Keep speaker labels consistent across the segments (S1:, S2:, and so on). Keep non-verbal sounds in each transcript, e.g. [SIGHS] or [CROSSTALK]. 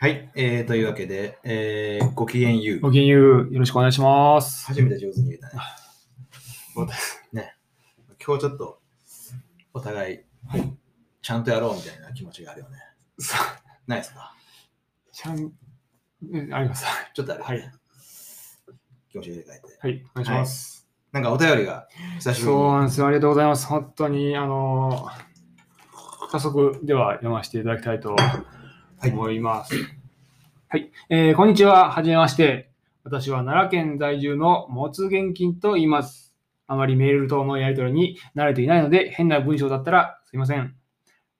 S1: はい、えー、というわけで、えー、ごきげんゆう。
S2: ごきげんようよろしくお願いします。
S1: 初めて上手に言えたね。
S2: そう
S1: ね。今日ちょっと、お互い、ちゃんとやろうみたいな気持ちがあるよね。
S2: さ
S1: ないですか
S2: ちゃん、うんあります。
S1: ちょっとある、
S2: はい。
S1: 気持ちを入れ替えて。
S2: はい、お願いします。
S1: なんかお便りが久しぶり
S2: そう
S1: に。
S2: なんですよ。ありがとうございます。本当に、あのー早速では読ませていただきたいと思います。はい、えーこんにちは。はじめまして。私は奈良県在住のもつ現金と言います。あまりメール等のやり取りに慣れていないので、変な文章だったらすいません。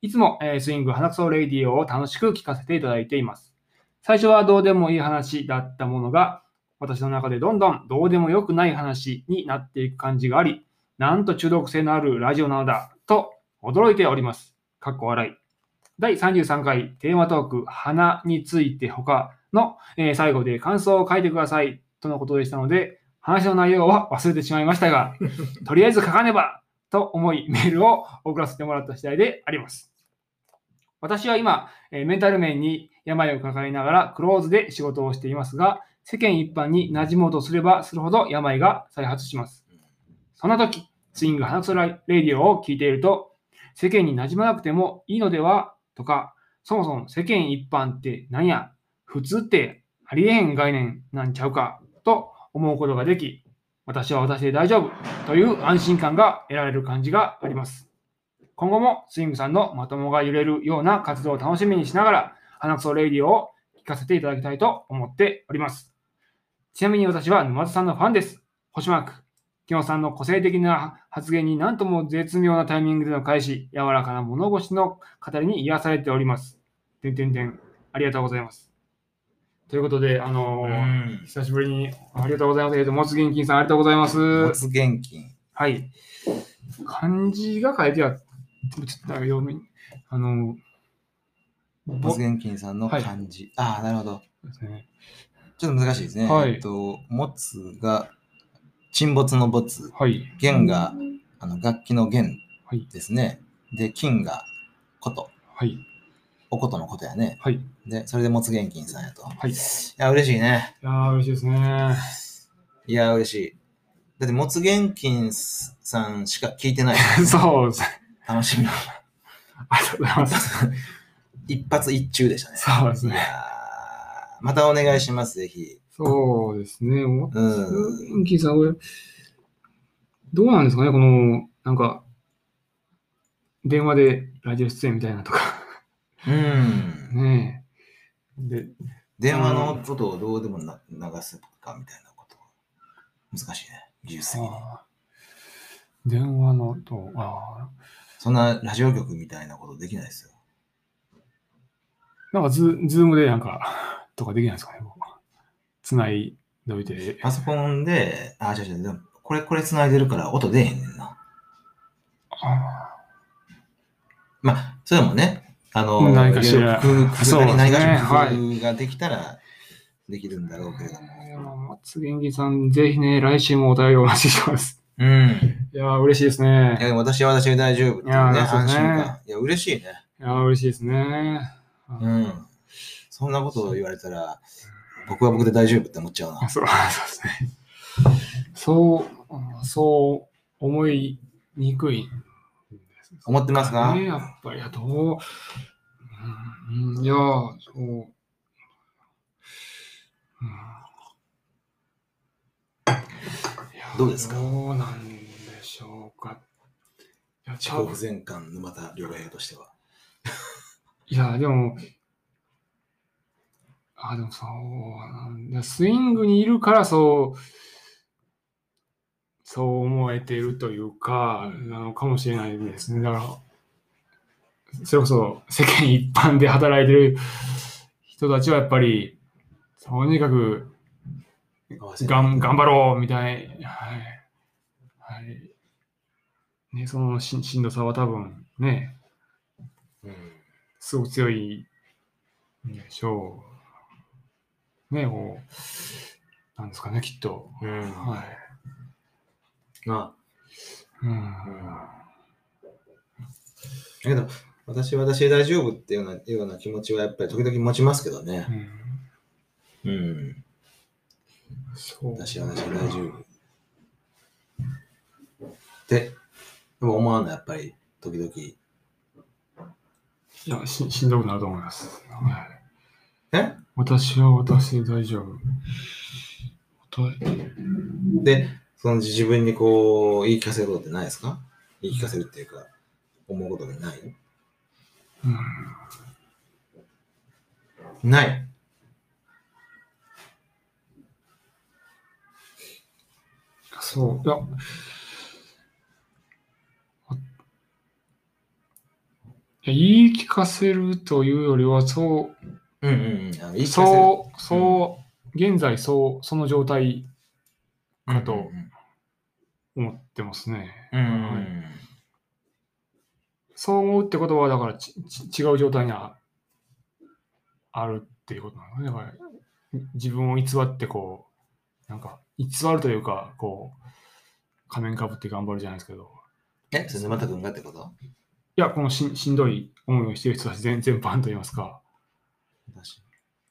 S2: いつも、えースイング花くそレイディオを楽しく聞かせていただいています。最初はどうでもいい話だったものが、私の中でどんどんどうでもよくない話になっていく感じがあり、なんと中毒性のあるラジオなのだと驚いております。かっこ笑い。第33回テーマトーク、花について他の、えー最後で感想を書いてくださいとのことでしたので、話の内容は忘れてしまいましたが、とりあえず書かねばと思いメールを送らせてもらった次第であります。私は今、えーメンタル面に病を抱えながらクローズで仕事をしていますが、世間一般に馴染もうとすればするほど病が再発します。そんな時、スイング花空レディオを聞いていると、世間に馴染まなくてもいいのではとか、そもそも世間一般って何や、普通ってありえへん概念なんちゃうかと思うことができ、私は私で大丈夫という安心感が得られる感じがあります。今後もスイングさんのまともが揺れるような活動を楽しみにしながら、花草レイディオを聞かせていただきたいと思っております。ちなみに私は沼津さんのファンです。星マーク。木野さんの個性的な発言に何とも絶妙なタイミングでの返し、柔らかな物腰の語りに癒されております。てんてんてん。ありがとうございます。ということで、あのー
S1: うん。
S2: 久しぶりにありがとうございます。えっと、もつ現金さん、ありがとうございます。
S1: 没現金。
S2: はい。漢字が書いてあって、ちょっと読み、あの、ぼ
S1: 没現金さんの
S2: はい
S1: 漢字。ああ、なるほど。
S2: ですね
S1: ちょっと難しいですね。
S2: はい
S1: えっと、没が沈没の没、
S2: はい。
S1: 弦があの楽器の弦
S2: はい
S1: ですね。で、金が琴、
S2: はい。
S1: お琴のことやね。
S2: はい。い
S1: で、それで没現金さんやと。い
S2: はい
S1: や、嬉しいね。
S2: やー、嬉しいですね。
S1: いや、嬉しい。だって、没現金さんしか聞いてない。
S2: [LAUGHS] そうです。
S1: 楽しみ。
S2: ありがとうございます。
S1: 一発一中でしたね。
S2: そうです
S1: い
S2: ね
S1: やーまたお願いします、ぜひ。
S2: そうですね。も
S1: うん。
S2: 元気さん、これ、どうなんですかね、この、なんか、電話でラジオ出演みたいなとか。
S1: うん。
S2: ねえ。で、
S1: 電話のことをどうでもな流すかみたいなこと。難しいね。技術的に。
S2: あー電話のと、あー
S1: そんなラジオ局みたいなことできないですよ。
S2: なんかズ、ズームでなんか、とかできないですかね、もうつないどいて。
S1: パソコンで、あ、違う違う、でもこれ、これ繋いでるから音出えへんねんな。
S2: あ
S1: まあ、それもね、あの、
S2: 何かしら
S1: いろいろ工夫
S2: そうですね
S1: 何かしら
S2: はい
S1: 工夫ができたらできるんだろうけれども。
S2: ー松元気さん、ぜひね、来週もお便りお待ちしてます。
S1: うん。
S2: いやー、嬉しいです
S1: いや、
S2: ね。
S1: でも私は私で大丈夫っていうね、
S2: いやそう
S1: 安
S2: です
S1: 心
S2: ね
S1: 感。いや、嬉しいね。
S2: いやー、嬉しいですね。あ
S1: う
S2: ー
S1: ん。そんなことを言われたら、僕は僕で大丈夫って思っちゃうな
S2: あ。そう、そうですね。そうあー、そう思いにくい。
S1: 思ってますか
S2: ね、やっぱり、あと、うんうん、いやー、そう。うん
S1: どうですか
S2: どうなんでしょうか。いや、ちょ
S1: 超全館沼田良平としては。
S2: いや、でも、あ、でもそうなんだ。スイングにいるからそう、そう思えてるというか、なのかもしれないですね。だから、それこそ世間一般で働いてる人たちはやっぱり、とにかくがん頑張ろうみたいな。はい。はい。ね、そのししんどさは多分ね、
S1: うん
S2: すごく強いんでしょう。ね、こう、なんですかね、きっと。
S1: うん
S2: は
S1: ま
S2: い。う
S1: あ、うん
S2: ん。
S1: だけど、私、私で大丈夫っていうようなような気持ちはやっぱり時々持ちますけどね。
S2: ん、
S1: うん。
S2: そう。
S1: 私、私で大丈夫。って、でも思わない、やっぱり、時々。
S2: いやし、しんどくなると思います。はい
S1: え
S2: 私は私で大丈夫。わた
S1: で、その自分にこう、言い聞かせることってないですか言い聞かせるっていうか、思うことがない
S2: うん、
S1: ない。
S2: そう。いや。あいや言い聞かせるというよりは、そう
S1: うんうんうん。あの言い聞かせる。
S2: そう、そう、現在そう、その状態かと
S1: うん
S2: 思ってますね。
S1: うんうん。
S2: はいそう思うってことは、だからちち違う状態にああるっていうことなのね。だから自分を偽ってこう、なんか偽るというか、こう、仮面かぶって頑張るじゃないですけど、
S1: え、それ沼田君がってこと
S2: いや、このししんどい思いをしている人たち全全般といいますか、
S1: 私。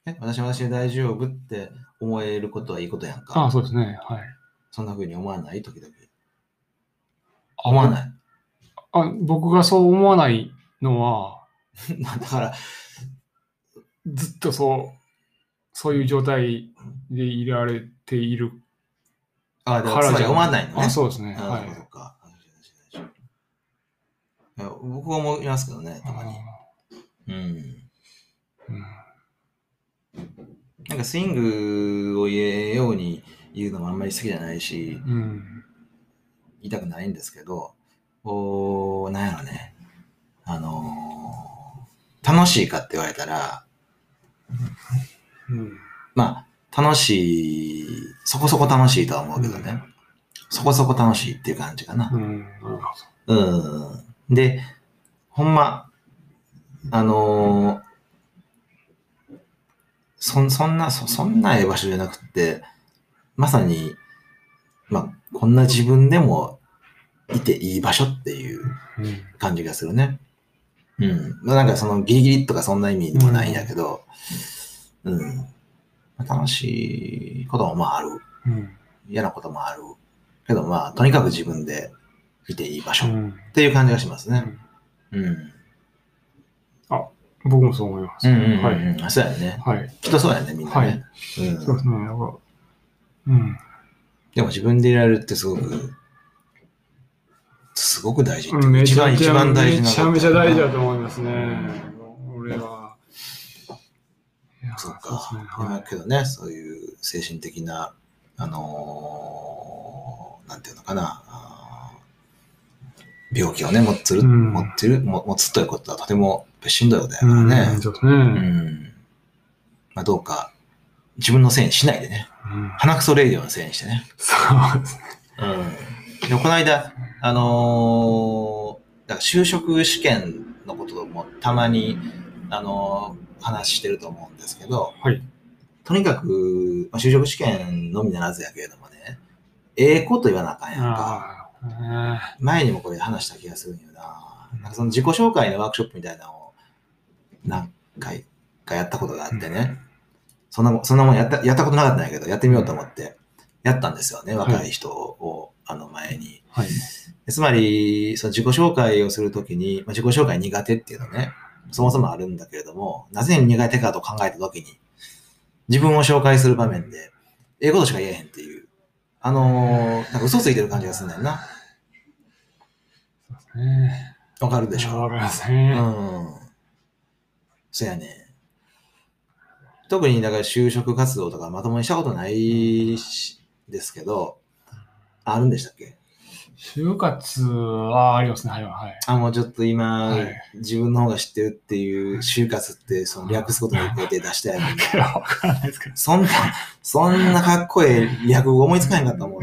S1: え、私、私で大丈夫って思えることはいいことやんか。
S2: ああ、そうですね。はい。
S1: そんな風に思わない時々。
S2: あ
S1: 思わない。
S2: あ僕がそう思わないのは、
S1: [LAUGHS] まあだから、
S2: ずっとそう、そういう状態でいられている
S1: あ、だからつまり思わないのね。
S2: あ、そうですね。
S1: あ
S2: は
S1: なる
S2: い
S1: ほ。どか。私私大丈夫いや僕は思いますけどね、たまに。うん。
S2: うん
S1: なんかスイングを言えように言うのもあんまり好きじゃないし、
S2: うん。
S1: 言いたくないんですけど、おー、なんやろね。あのー楽しいかって言われたら、
S2: うん。
S1: まあ、楽しい、そこそこ楽しいとは思うけどね。そこそこ楽しいっていう感じかな
S2: う。ん。あ
S1: うん。で、ほんま、あのーそんそんなそ、そんなええ場所じゃなくって、まさに、まあ、こんな自分でもいていい場所っていう
S2: うん
S1: 感じがするね。うん。まあなんかそのギリギリとかそんな意味でもないんやけど、うん。まあ楽しいこともまあある。
S2: うん。
S1: 嫌なこともある。けどまあ、とにかく自分でいていい場所
S2: う
S1: っ
S2: ん
S1: ていう感じがしますね。うん。
S2: 僕もそう思います。
S1: うんうんうん
S2: は
S1: うんそうやね。
S2: い。はい。
S1: きっとそうやね、みんなね。うん
S2: そうですね。なんかうん。
S1: でも自分でいられるってすごく、すごく大事っていう
S2: う
S1: か。
S2: んめ
S1: 一
S2: ちゃ
S1: 番
S2: めち
S1: 一
S2: ゃ
S1: 番大事な
S2: め
S1: こと
S2: ちゃめちゃ大事だと思いますね。俺は。いや
S1: そう
S2: そうですね
S1: か。
S2: は
S1: だけどね、そういう精神的な、あのーなんていうのかな、あー病気をね、持ってる、
S2: うん
S1: 持ってる、も持つということはとてもしんどいことや
S2: い。
S1: からね
S2: うん。そうですね。
S1: うん。まあ、どうか、自分のせいにしないでね、
S2: うん
S1: 鼻くそレイディオのせいにしてね。
S2: そうですね。
S1: うん。でもこの間、あのーだから就職試験のこともたまに、あのー話してると思うんですけど、
S2: はい
S1: とにかく、まあ、就職試験のみならずやけれどもね、ええこと言わなあかんやんか。
S2: ああ。
S1: 前にもこれ話した気がするんよな。なんかその自己紹介のワークショップみたいなのを何回かやったことがあってね、そんなもん、そんなもんやったやったことなかったんやけど、やってみようと思って、やったんですよね、若い人を、あの前に。
S2: はい。
S1: でつまり、その自己紹介をするときに、まあ、自己紹介苦手っていうのね、そもそもあるんだけれども、なぜ苦手かと考えたときに、自分を紹介する場面で、ええことしか言えへんっていう、あのーなんか嘘ついてる感じがするんだよな。
S2: そうですね。
S1: わかるでしょ。
S2: わかります
S1: う
S2: ね。
S1: ん。そやね。特に、だから就職活動とかまともにしたことないしですけど、あるんでしたっけ
S2: 就活はありますね。はいはい。
S1: あ、もうちょっと今、
S2: はい
S1: 自分の方が知ってるっていう、就活って、その略すことによって出したやのに、
S2: けど、わからないですけど、
S1: そんな、そんなかっこええ略語思いつかへんかったもん。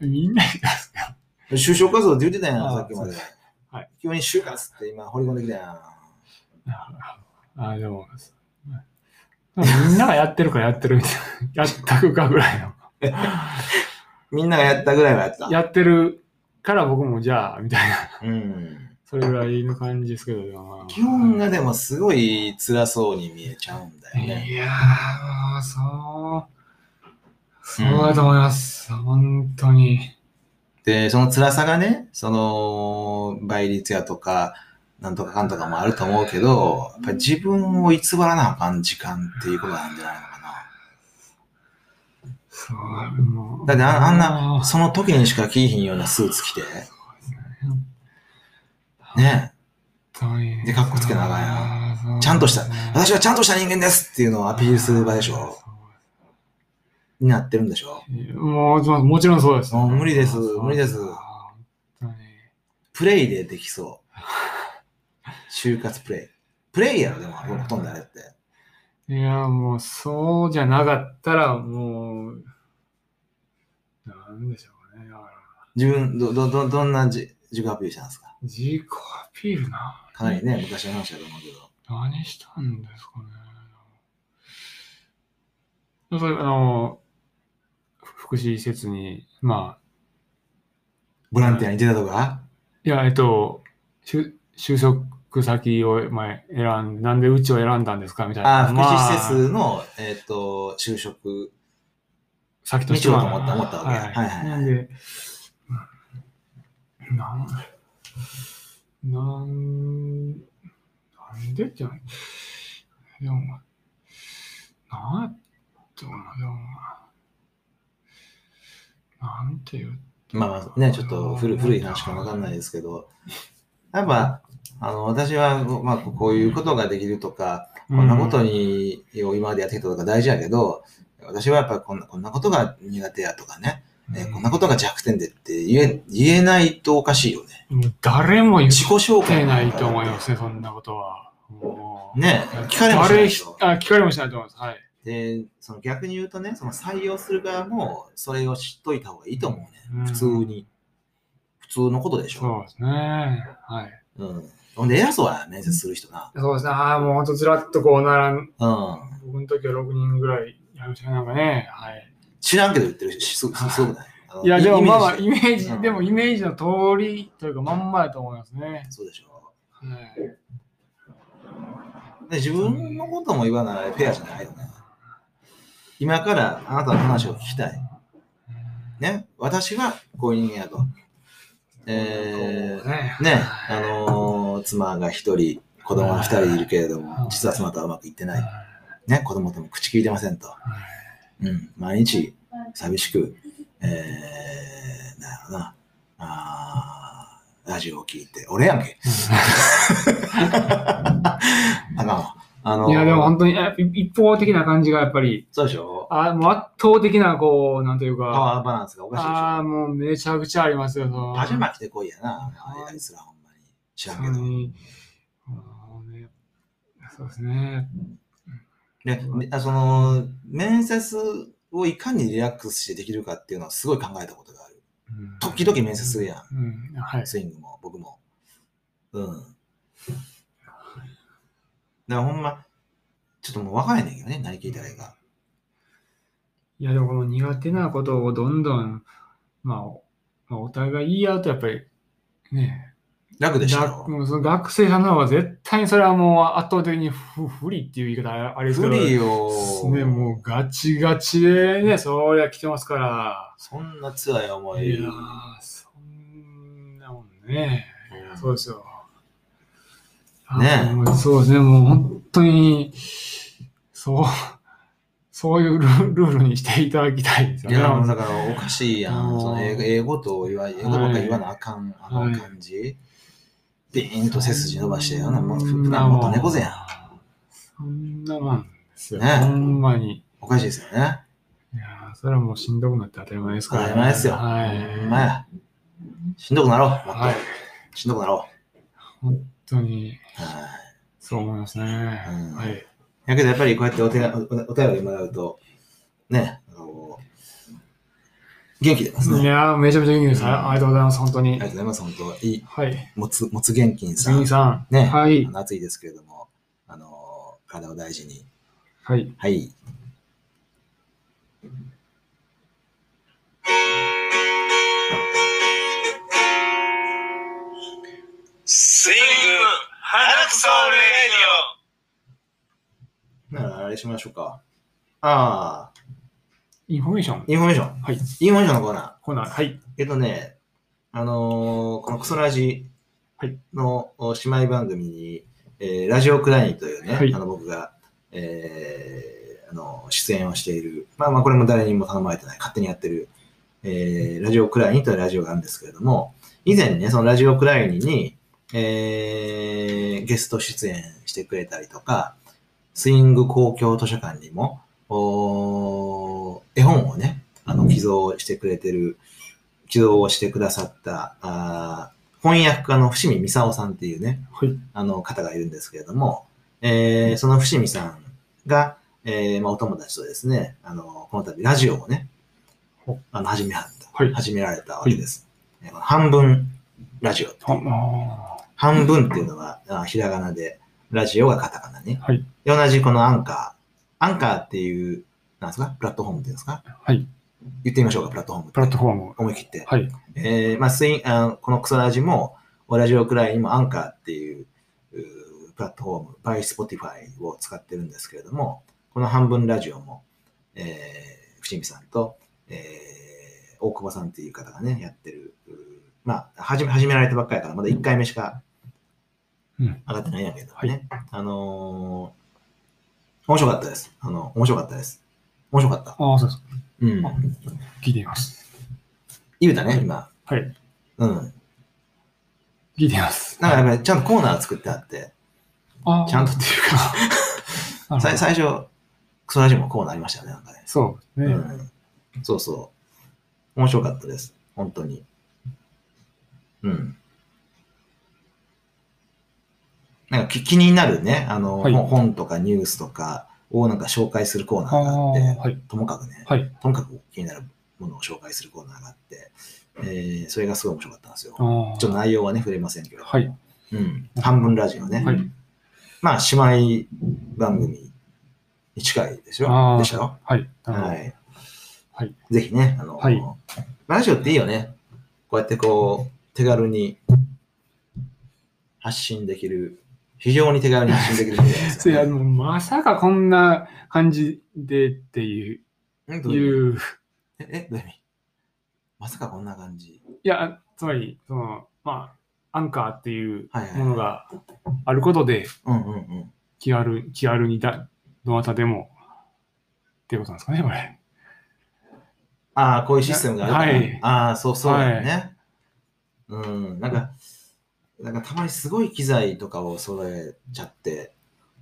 S2: みんなでですか
S1: 就職活動って言ってたやん、
S2: あ
S1: さっきまで
S2: そう。はい
S1: 急に就活って今、掘り込んできたやん。
S2: あ、でも、みんながやってるからやってるみたいな。やったくかぐらい [LAUGHS] の。
S1: みんながやったぐらいはやった。
S2: やってるから僕もじゃあ、みたいな。
S1: うん。
S2: それぐらいの感じですけどな。
S1: 基本がでもすごい辛そうに見えちゃうんだよね。
S2: いやー、そう、そうだと思います。本当に。
S1: で、その辛さがね、その倍率やとか、なんとかかんとかもあると思うけど、やっぱり自分を偽らなあかん時間っていうことなんじゃないのかな。
S2: そう、もう。
S1: だってああんな、
S2: そ
S1: その時にしか着いひんようなスーツ着て、
S2: うですね。
S1: ね、
S2: 本当に。
S1: でかっこつけなあかんやん
S2: や
S1: ちゃんとした私はちゃんとした人間ですっていうのをアピールする場でしょ。になってるんでしょ
S2: もう、そうもちろんそうです。
S1: もう無理です無理です
S2: 本当に。
S1: プレイでできそう。就活プレイ。プレイやろ、でもほとんどあれって。
S2: いや、もう、そうじゃなかったら、もう、なんでしょうね。だから
S1: 自分、ど、ど、ど、どんなじ自己アピールしたんですか
S2: 自己アピールな。
S1: かなりね、昔の話だと思うけど。
S2: 何したんですかね。そうあの、福祉施設に、まあ、
S1: ボランティアに出たとか
S2: いや、えっと、就就職先を前選んなんでうちを選んだんですかみたいな。
S1: ああ、福祉施
S2: まあ
S1: 設の、えっ、と、就職。
S2: 先としては。
S1: 道だと思った思ったわけ
S2: はい。
S1: はいはいはい
S2: なんで、なん、なん、なんでじゃん。でも、なんやったかな、でも、なんていう。
S1: まあまあね、ちょっと古古い話かもわかんないですけど、やっぱ、あの、私は、まあ、こういうことができるとか、こんなことに、を今までやってきたとか大事やけど、私はやっぱりこんなこんなことが苦手やとかね、えーこんなことが弱点でって言え言えないとおかしいよね。
S2: と。もう誰も言
S1: 自己
S2: っ
S1: 紹介
S2: て
S1: んか
S2: ないと思いますね、そんなことは。もう
S1: ね、聞かれもしないでしょ
S2: 誰あ、聞かれもしないと思います。はい。
S1: で、その逆に言うとね、その採用する側もそれを知っといた方がいいと思うね。
S2: うん
S1: 普通に。普通のことでしょ。
S2: そうですね。はい。
S1: うん。ほんで、偉そうや、面接する人な。
S2: そうですね。ああ、もうほんとずらっとこう並
S1: う
S2: ん、
S1: ん。
S2: 僕の時は6人ぐらいやりましたね。なんかね。はい。
S1: 知らんけど言ってるし、すすすごくない。あの
S2: いや、でもまあまあ、
S1: イメージ
S2: イメージ、
S1: うん
S2: でもイメージの通りというか、まんまだと思いますね。
S1: そうでしょ。
S2: はい。
S1: で、自分のことも言わないペアじゃないよね。今からあなたの話を聞きたい。ね。私はこういう人間やと。え
S2: そうね
S1: ー、ね、あのー妻が一人、子供が二人いるけれども、実は妻とはうまくいってない。ね、子供とも口聞いてませんと。うん、毎日寂しく、えー、なるほどな、あーラジオを聞いて、俺やんけ。 [LAUGHS] あかんわ。あの
S2: いや、でも本当にえい一方的な感じがやっぱり、
S1: そうでしょ
S2: あーもう圧倒的な、こう、なんという
S1: パ
S2: か、
S1: ワーバランスがおかしいでし
S2: ああー、
S1: ょ
S2: もうめちゃくちゃありますよ。その
S1: パジャマ着てこいやな、あいつらほんまに。知らんけど。
S2: にもうねそうですね。
S1: で、めあその、面接をいかにリラックスしてできるかっていうのはすごい考えたことがある。
S2: うん
S1: 時々面接するやん。
S2: うん、はい。
S1: スイングも、僕も。うん。だからほんま、ちょっともう分からへんねんけどね、何聞いたらいいか。
S2: いや、でもこの苦手なことをどんどん、まあ、おまあ、お互い言い合うとやっぱり、ね
S1: 楽
S2: え、
S1: でした
S2: が
S1: よ。
S2: うんその学生さんの方が絶対にそれはもう圧倒的に不不利っていう言い方ああれですけ
S1: 不
S2: ど、
S1: 利
S2: ね、
S1: よ。
S2: もうガチガチでね、そりゃ来てますか
S1: そんな辛い思
S2: ら。い
S1: い
S2: や。ー、そんなもんね。
S1: うん
S2: そうですよ。
S1: ねえ
S2: あもうそうですね、もう本当に、そう、そういうルル [LAUGHS] ールにしていただきたいですよ
S1: い
S2: ね。
S1: や、もうだからおかしいや
S2: うん
S1: ん。その英語英語と言わ、英語ばっかり言わなあかん、あの感じ。ビーンと背筋伸ばしてよな、もう普段もっと猫背やん。
S2: そんなもんですよ。
S1: ね
S2: ほんまに。
S1: おかしいですよね。
S2: いやーそれはもうしんどくなって当たり前ですから、
S1: 当たり前ですよ
S2: はい。
S1: ほんまや。しんどくなろう。も
S2: は
S1: っ。
S2: い
S1: と。しんどくなろ
S2: 本当に、
S1: う。はい。
S2: そう思いますね。
S1: うん
S2: はい。
S1: やけどやっぱりこうやってお手がおお便りもらうと、ね、あの元気出ます
S2: い
S1: ね。
S2: やーめちゃめちゃ元気です。あありがとうございます。本当
S1: あり
S2: に
S1: が。とうございます、本当。いい、
S2: はい。
S1: もつ、もつ元気さ
S2: 杉
S1: ん。
S2: 井さん。
S1: ね、
S2: はい
S1: あの暑いですけれども、あの、体を大事に。
S2: はい。
S1: はい。
S3: す
S1: しましょうか。ああ、
S2: インフォメーション。
S1: インフォメーション。
S2: はい。
S1: インフォメーションのコーナー。
S2: コーナー。はい。
S1: えっとね、あのーこのクソラジ
S2: はい
S1: のお姉妹番組に、えーラジオクライニというね、
S2: はい
S1: あの僕が、えーあの出演をしている、まあまあこれも誰にも頼まれてない、勝手にやってる、えーラジオクライニというラジオがあるんですけれども、以前ね、そのラジオクライニに、えーゲスト出演してくれたりとか、スイング公共図書館にも、おー絵本をね、あの、寄贈してくれてる寄贈をしてくださった、あー翻訳家の伏見美夫さんっていうね、
S2: はい。
S1: あの方がいるんですけれども、えーその伏見さんが、えーまあ、お友達とですね、あの、この度ラジオをね
S2: ほ、
S1: あの、始めはった、
S2: はい
S1: 始められたわけです。えーこの半分ラジオって
S2: あ
S1: い
S2: あ
S1: う半分っていうのはあひらがなで、ラジオがカタカナね。
S2: はい
S1: で同じこのアンカー。アンカーっていう、なんですかプラットフォームっていうんですか
S2: ー。はい。
S1: 言ってみましょうか、プラットフォームって。
S2: プラットフォーム。
S1: 思い切って。
S2: はい。
S1: えーまあ、スインあのこのクソラジも、ラジオくらいにもアンカーっていううープラットフォーム、by Spotify を使ってるんですけれども、この半分ラジオも、えー、伏見さんと、えー大久保さんっていう方がね、やってる、うーまあ、始め始められたばっかりだから、まだ1回目しか
S2: うん
S1: 上がってないんやけどね。あのー面白かったです。あの、面白かったです。面白かった。
S2: ああ、そうです。
S1: うん。
S2: 聞いてみます。
S1: 言うたね、今。
S2: はい。
S1: うん。
S2: 聞いてみます。
S1: なんかやっぱりちゃんとコーナー作ってあって、
S2: ああ
S1: ちゃんとっていうか、
S2: な [LAUGHS] るほど
S1: さい最初、クソラジオもコーナーありましたよね、なんかね。
S2: そうですね。
S1: うん、そうそう。面白かったです、本当に。うん。なんかき気になるね、あの、
S2: はい
S1: 本本とかニュースとかをなんか紹介するコーナー
S2: あ
S1: が
S2: あ、
S1: あって、
S2: はい。
S1: ともかくね、
S2: はい。
S1: ともかく気になるものを紹介するコーナーがあって、えーそれがすごい面白かったんですよ。ちょ
S2: あ
S1: っと内容はね、触れませんけど。
S2: はい。
S1: うん。半分ラジオね。
S2: あ。はい。
S1: まあ、姉妹番組に近いでし
S2: あ
S1: ょ
S2: ー
S1: でしょ
S2: はい。なるほど
S1: は
S2: はい。
S1: い。
S2: はい
S1: ぜひね、あの、
S2: はい
S1: ラジオっていいよね。こうやってこう、手軽に発信できる、非常に手軽に発信できるメディア
S2: [LAUGHS]
S1: です
S2: いや、
S1: よね。
S2: もうまさかこんな感じでっていう、
S1: うんどういう意味
S2: いう、
S1: え、えどういう意味まさかこんな感じ。
S2: いや、つまり、その、まあ、アンカーっていう
S1: はいはい
S2: ものがあることで、
S1: うんうんうん。
S2: 気軽、気軽にだ、どなたでも、っていうことなんですかね、これ。
S1: ああ、こういうシステムがあるから。
S2: はい
S1: ああ、そうそうだよね。うん、なんか、なんかたまにすごい機材とかを揃えちゃって、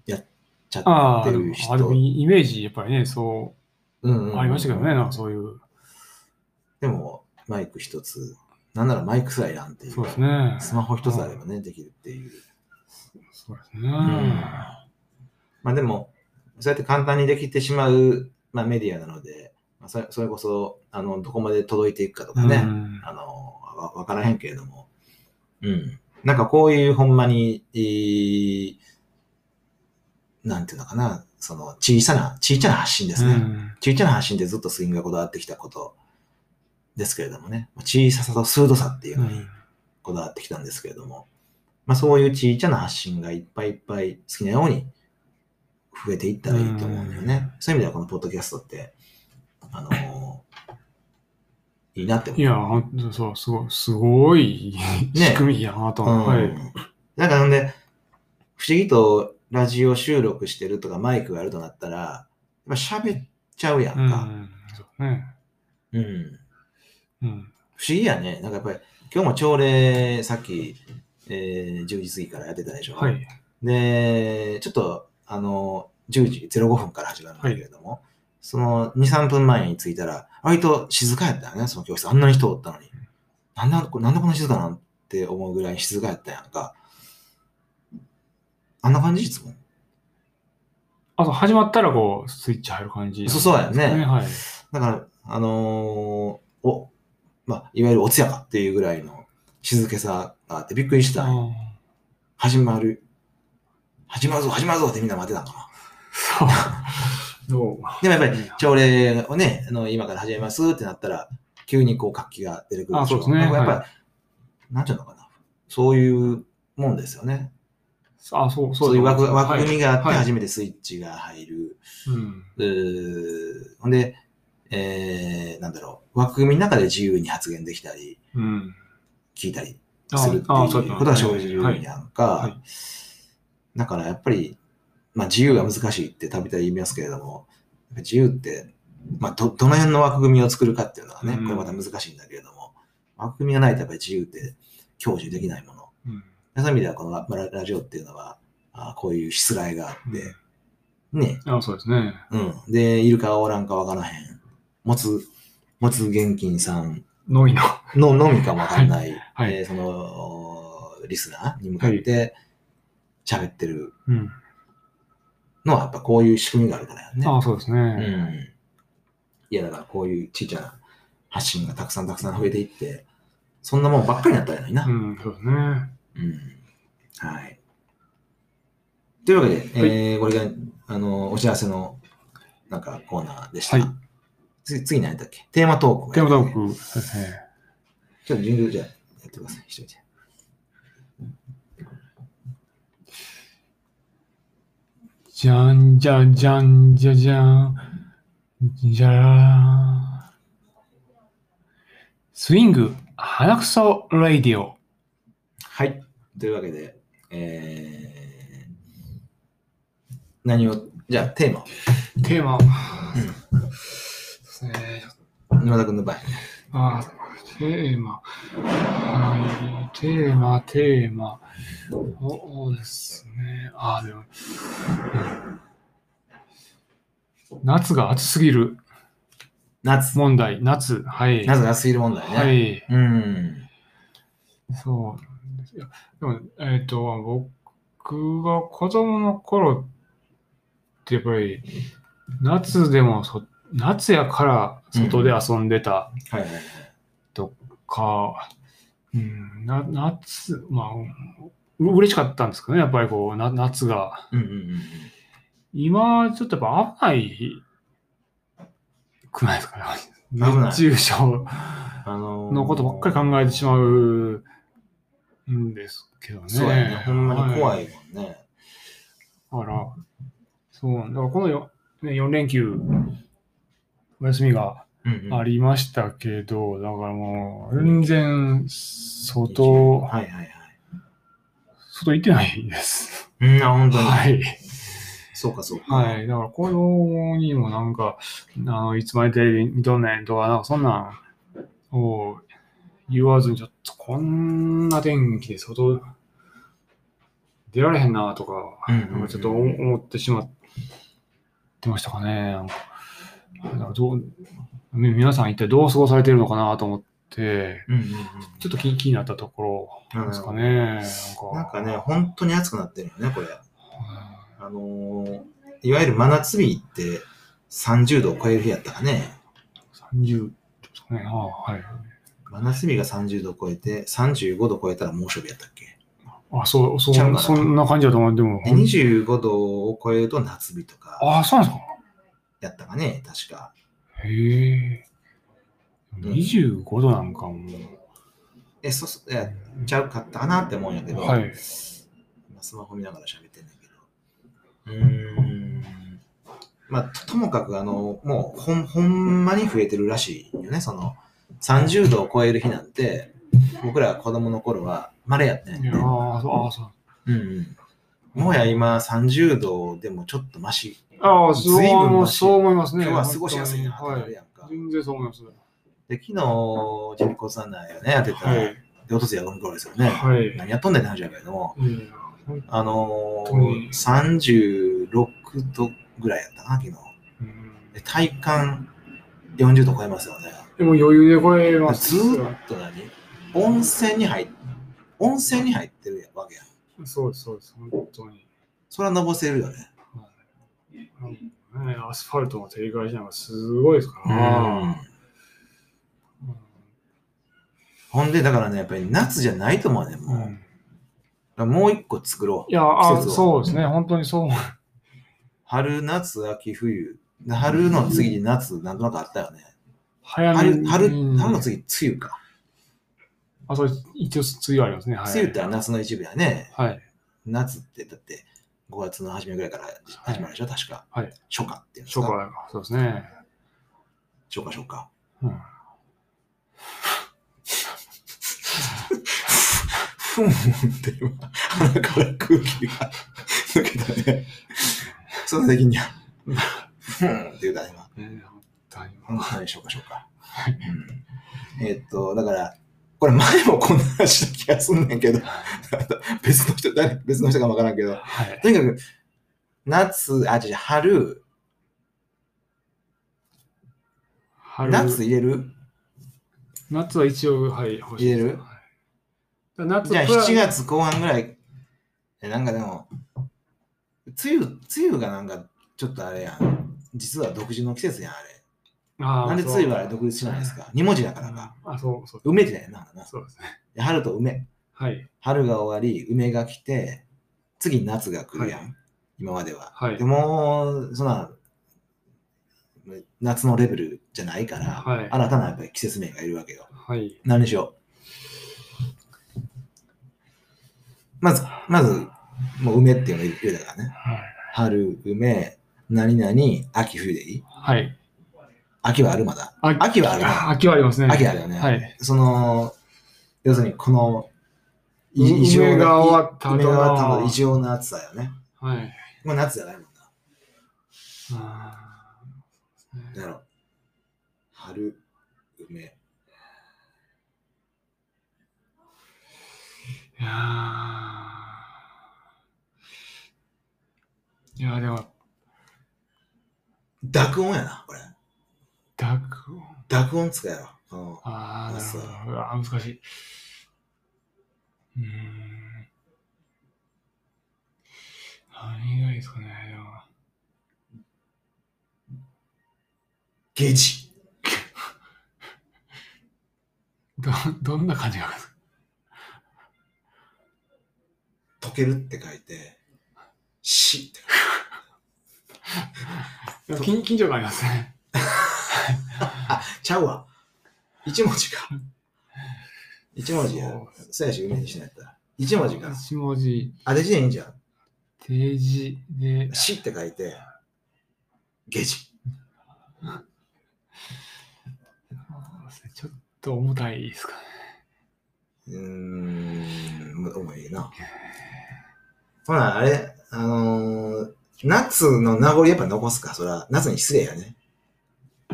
S1: やっちゃ
S2: あ
S1: ってる
S2: あ、
S1: 人。
S2: あでもイメージ、やっぱりね、そ
S1: うんうんう
S2: う、
S1: ん
S2: ありましたけどね、なんかそういう。
S1: でも、マイク一つ、なんならマイクすらいらんっていう。
S2: そうですね。
S1: スマホ一つあればね、できるっていう。
S2: そうですね。
S1: まあでも、そうやって簡単にできてしまう、まあ、メディアなので、まあ、それそれこそあのどこまで届いていくかとかね、
S2: うん
S1: あのわわからへんけれども、うん。なんかこういうほんまに、いいなんていうのかな、その小さな、小さな発信ですね。
S2: うん
S1: 小さな発信でずっとスイングがこだわってきたことですけれどもね、小ささと鋭さっていうのにこだわってきたんですけれども、まあ、そういう小さな発信がいっぱいいっぱい好きなように増えていったらいいと思うんだよね。そういう意味ではこのポッドキャストって、あのーいいなって思。
S2: いうや、ほんとそう、すごい、すごい仕組みやなと
S1: うん
S2: 思う。はい。
S1: なんかなんで、不思議とラジオ収録してるとかマイクがあるとなったら、やっぱ喋っちゃうや
S2: うん
S1: か。
S2: ん。そうね。
S1: うん
S2: うん。
S1: 不思議やね。なんかやっぱり、今日も朝礼、さっき、えー10時過ぎからやってたでしょ。
S2: はい。
S1: で、ちょっと、あの、10時05分から始まるんだけれども、その2、3分前に着いたら、割と静かやったよね、その教室。あんなに人おったのに。なんだ、こなんでこんな静かなんって思うぐらいに静かやったやんか。あんな感じいつも。
S2: あと、始まったら、こう、スイッチ入る感じ。
S1: そうそうやね
S2: はい。
S1: だから、あのーお、まあ、いわゆるおつやかっていうぐらいの静けさがあってびっくりしたんよ
S2: あ
S1: 始まる。始まるぞ、始まるぞってみんな待ってたのか
S2: あそう。どう
S1: [LAUGHS] な。でもやっぱり、朝礼をね、あの今から始めますってなったら、急にこう活気が出てくる
S2: あそうですね
S1: なんかやっぱり、
S2: は
S1: なんていうのかな。そういうもんですよね。
S2: あ、そう、
S1: そういう枠枠組みがあって
S2: はい
S1: 初めてスイッチが入る。
S2: うん。
S1: うーほんで、えー、なんだろう、枠組みの中で自由に発言できたり、
S2: うん。
S1: 聞いたり
S2: あ
S1: するっていう
S2: あ
S1: こ
S2: そう
S1: と
S2: やった
S1: が生じる
S2: は
S1: よう
S2: い
S1: になん
S2: は
S1: か
S2: い、
S1: だからやっぱり、まあ、自由が難しいってたびたび言いますけれども、自由って、まあ、どどの辺の枠組みを作るかっていうのはね、
S2: うん
S1: これまた難しいんだけれども、枠組みがないとやっぱり自由って享受できないもの。
S2: うん
S1: そういう意味ではこのラララジオっていうのは、あこういうしつらいがあって、ね、
S2: あそうですね。
S1: うん。で、いるかおらんかわからへん。持つ、持つ現金さん
S2: のみの。
S1: ののみかもわかんない、
S2: はい
S1: えーその、リスナーに向かって喋ってる
S2: うん。
S1: のは、やっぱこういう仕組みがあるからよね。
S2: あそうです
S1: う
S2: ね。
S1: ん。いや、だからこういうちっちゃな発信がたくさんたくさん増えていって、そんなもんばっかりになったらいいのにな。
S2: うん、そうですね。
S1: うんはい。というわけで、えーこれが、あの、お知らせの、なんか、コーナーでした。
S2: はい
S1: 次、次何だっけテーマトーク。
S2: テーマトー。ク、そうですね。
S1: ちょっと、順序じゃあやってください。一人で。
S2: じゃんじゃんじゃんじゃじゃん。じゃららスイング、鼻くそラディオ。
S1: はい。というわけで、えー何を、じゃあ、テーマを。
S2: テーマ。そうですね。
S1: 沼田君の場合。
S2: あテーマ。はい、テーマ、テーマ。そうですね。あでも。夏が暑すぎる
S1: 夏。
S2: 問題。夏、はい。
S1: 夏が暑いる問題ね。
S2: はい。
S1: うん。
S2: そうなんですよ。でも、えっ、と、僕が子供の頃ってやっぱり、夏でもそ、夏やから外で遊んでた
S1: はいはいはい。
S2: か、うん、な夏、まあ、う嬉しかったんですけどね、やっぱりこう、な夏が。
S1: うんうんうんうん。
S2: 今、ちょっとやっぱ危ないくないですかね。
S1: 危ない
S2: 熱中症
S1: あのー
S2: のことばっかり考えてしまうんですけどね。
S1: そうやね。ほんまに怖
S2: はい
S1: もんね。
S2: だから、そう、だからこのよ、ね、4連休、お休みが
S1: うんうん
S2: ありましたけど、だからもう、全然、外、
S1: はいはいはい。
S2: 外行ってないです。
S1: うん、あ、本当に。
S2: はい。
S1: そうかそうか。
S2: はい。だから、子供にもなんか、あの、いつまでテレビ見とんねんとか、なんかそんなんを言わずに、ちょっとこんな天気で外出られへんなとか、
S1: うんうんうん
S2: なんかちょっと思ってしまってましたかね。なんかなんかどうみ皆さん一体どう過ごされてるのかなと思って、
S1: うんうんうん。
S2: ちょっと気気になったところですかね。なんか
S1: なんかね、本当に暑くなってるよね、これ。あのーいわゆる真夏日って30度を超える日やったかね。
S2: 30ですかね。あはい。
S1: 真夏日が30度を超えて、35度を超えたら猛暑日やったっけ。
S2: あ、そう、そ
S1: ちゃうか
S2: う
S1: な
S2: そんな感じだと思う。でも、
S1: で、25度を超えると夏日とか
S2: あ、そうなんです
S1: やったかね、確か。
S2: か。へえ。
S1: うん
S2: 25度なんかも
S1: え、そ、そ、え、ちゃうかったかなって思うんやけ
S2: う、
S1: ど、
S2: はい。
S1: 今スマホ見ながら喋ってんだけど。うーん。まあ、とともかく、あの、もうほん、ほんまに増えてるらしいよね。その、30度を超える日なんて、僕ら子供の頃は稀やったんや
S2: い
S1: ね
S2: や。あ、そう、あ、そう。
S1: うんうん。もはや今、30度でもちょっとマシ。
S2: ああ、そう
S1: 随分
S2: も
S1: マ
S2: う、
S1: シ
S2: そう思います
S1: 今
S2: ね。
S1: 日は過ごしやすいな、って
S2: は
S1: なる
S2: い。
S1: やんか。
S2: 全然そう思います。
S1: で、昨日、人骨案内をね、やってた
S2: は
S1: ら、
S2: い。
S1: で、おとつやこの頃ですよね。
S2: はい。
S1: 何やっとんねんって話やけれども、
S2: うん
S1: あの
S2: うん
S1: ー、36度ぐらいやったかな、昨日。
S2: うん
S1: で体感40度超えますよね。
S2: でも余裕で超えます。
S1: ずーっと何温泉に入っ温泉に入ってるわけやん。
S2: そうです、そうです。本当に。
S1: それはのぼせるよね。
S2: ね、アスファルトの照り返しなんかすごいですか
S1: う
S2: ら。
S1: んほんで、だからね、やっぱり夏じゃないと思うねん、
S2: う
S1: もう。だか
S2: ん
S1: らもう一個作ろ。
S2: いうや、
S1: 季
S2: あ
S1: 節を
S2: そうですね。本当にそう思い
S1: 春、夏、秋、冬。春の次に夏、なんとなくあったよね。
S2: 早め
S1: 春、
S2: に
S1: 春、
S2: うん
S1: 春の次、梅雨か。
S2: あ、そうです、一応、梅雨ありますね。はい。
S1: 梅雨ってのは夏の一部やね。
S2: はい。
S1: 夏ってだって5月の初めぐらいから始まるでしょ、確か。
S2: はい
S1: 初夏っていうんですか。
S2: 初夏だからそうですね。
S1: 初夏、初夏。
S2: うん
S1: ふんふんって今、鼻から空気が抜けたね。その時には、ふんって言うたね、今。
S2: ね本当に
S1: 本当に初夏、初夏。うんえっと、だから、これ前もこんな話した気がすんねんけど、 [LAUGHS] 別の人、誰、別の人かもわからんけど、
S2: はい。
S1: とにかく、夏、あ、違う、春、
S2: 春
S1: 夏
S2: 夏
S1: 入れる
S2: は一応、はい、欲しいです
S1: 入れる
S2: はいだから夏
S1: じゃあ
S2: プラ
S1: 7月後半ぐらい、えなんかでも、梅雨、梅雨がなんかちょっとあれやん。実は独自の季節やん、あれ。
S2: あー
S1: なんで
S2: そう
S1: 梅雨はあれ独立しないんですか二文字だからか。
S2: あ、そうそう。
S1: 梅ってだよな。なんか
S2: そうですね。
S1: な春と梅。
S2: はい。
S1: 春が終わり、梅が来て、次夏が来るやん。
S2: は
S1: 今までは。
S2: はい
S1: で。も、そんな、夏のレベルじゃないから、
S2: はい
S1: 新たなやっぱり季節名がいるわけよ。
S2: はい。
S1: 何でしょうまず、まず、もう梅っていうのを入れたからね。春、梅、何々、秋、冬でいい
S2: はい。
S1: 秋はあるまだ。
S2: 秋
S1: 秋はあるよね
S2: あ秋はありますね。
S1: 秋あるよね。
S2: はい。
S1: その、要するにこの、
S2: う
S1: い異常な
S2: 梅が終わった後の
S1: 梅が終わった後の異常な暑さよね。
S2: はい。
S1: もう夏じゃないもん
S2: あ
S1: な。だろう。春、梅。
S2: ーいやーいやーでも、
S1: 濁音やな、これ。
S2: ダク
S1: 濁音使えよ。この
S2: ああ、なる
S1: そ
S2: ほ
S1: う
S2: ど。うわー難しい。うーん。何がいいですかね。でも
S1: ゲジ。
S2: ど、どんな感じがですか
S1: 溶けるって書いて、しって書いて
S2: でも緊緊張感ありますね。
S1: ちゃうわ。一文字か。一文字や
S2: そう。
S1: そうやし、梅にしないと。一文字か。
S2: 一文字、
S1: あれ字でいいんじゃん。
S2: 定時で、
S1: しって書いて、ゲジ。
S2: そうですねちょっと重たいですか
S1: う
S2: ね。
S1: ーん、む重いな。ほら、あれ、あのー夏の名残やっぱ残すか、そら。夏に失礼やね。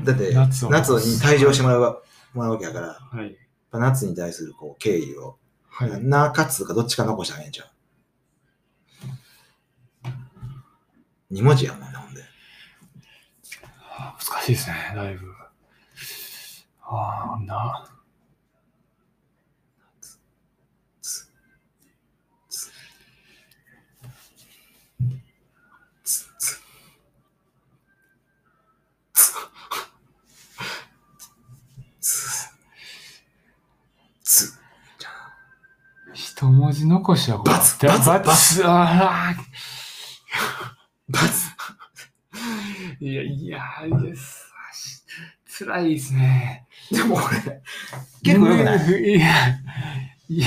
S1: だって、
S2: 夏
S1: 夏
S2: を
S1: に退場してもらうもらうわけやから、やっ
S2: はい。
S1: ぱ夏に対するこう敬意を、
S2: はい。
S1: なかつかどっちか残してあげんちゃう。二文字やもんね、ほんで。
S2: あー難しいですね、だいぶ。ああ、な。
S1: つつつつつつつ
S2: 一文字残しはこう
S1: バツ
S2: で
S1: バツ
S2: バ
S1: バ
S2: ツあら
S1: バツ
S2: いや、いや、いやす辛いですね。
S1: でもこれ、結構良くない
S2: いや、いや、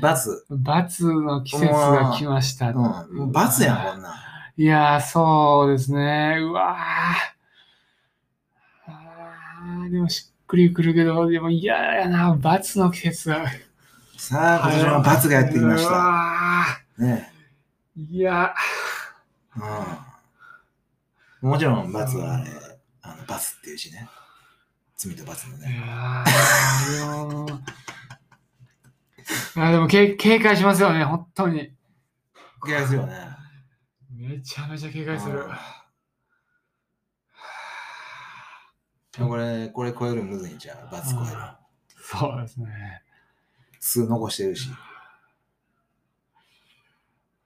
S1: バツ。
S2: バツの季節が来ました。
S1: うん。バツやん、こんなん。
S2: いやー、そうですね。うわー。あーでもしっくりくるけど、でも嫌やな、罰の季節が。
S1: さあ、今年もバツがやってきまし
S2: う
S1: た。
S2: わ
S1: ねえ
S2: ーいや、
S1: うんもちろん、罰はあれ、あの、罰っていう字ね。罪と罰の
S2: い
S1: ね。
S2: やーもうあーでもけ警戒しますよね、本当に。
S1: 気がするよね。
S2: めちゃめちゃ警戒する。
S1: でもこれ、これ超えるむずいんちゃう罰超える。
S2: [SIGHS] そうですね。
S1: 数残してるし。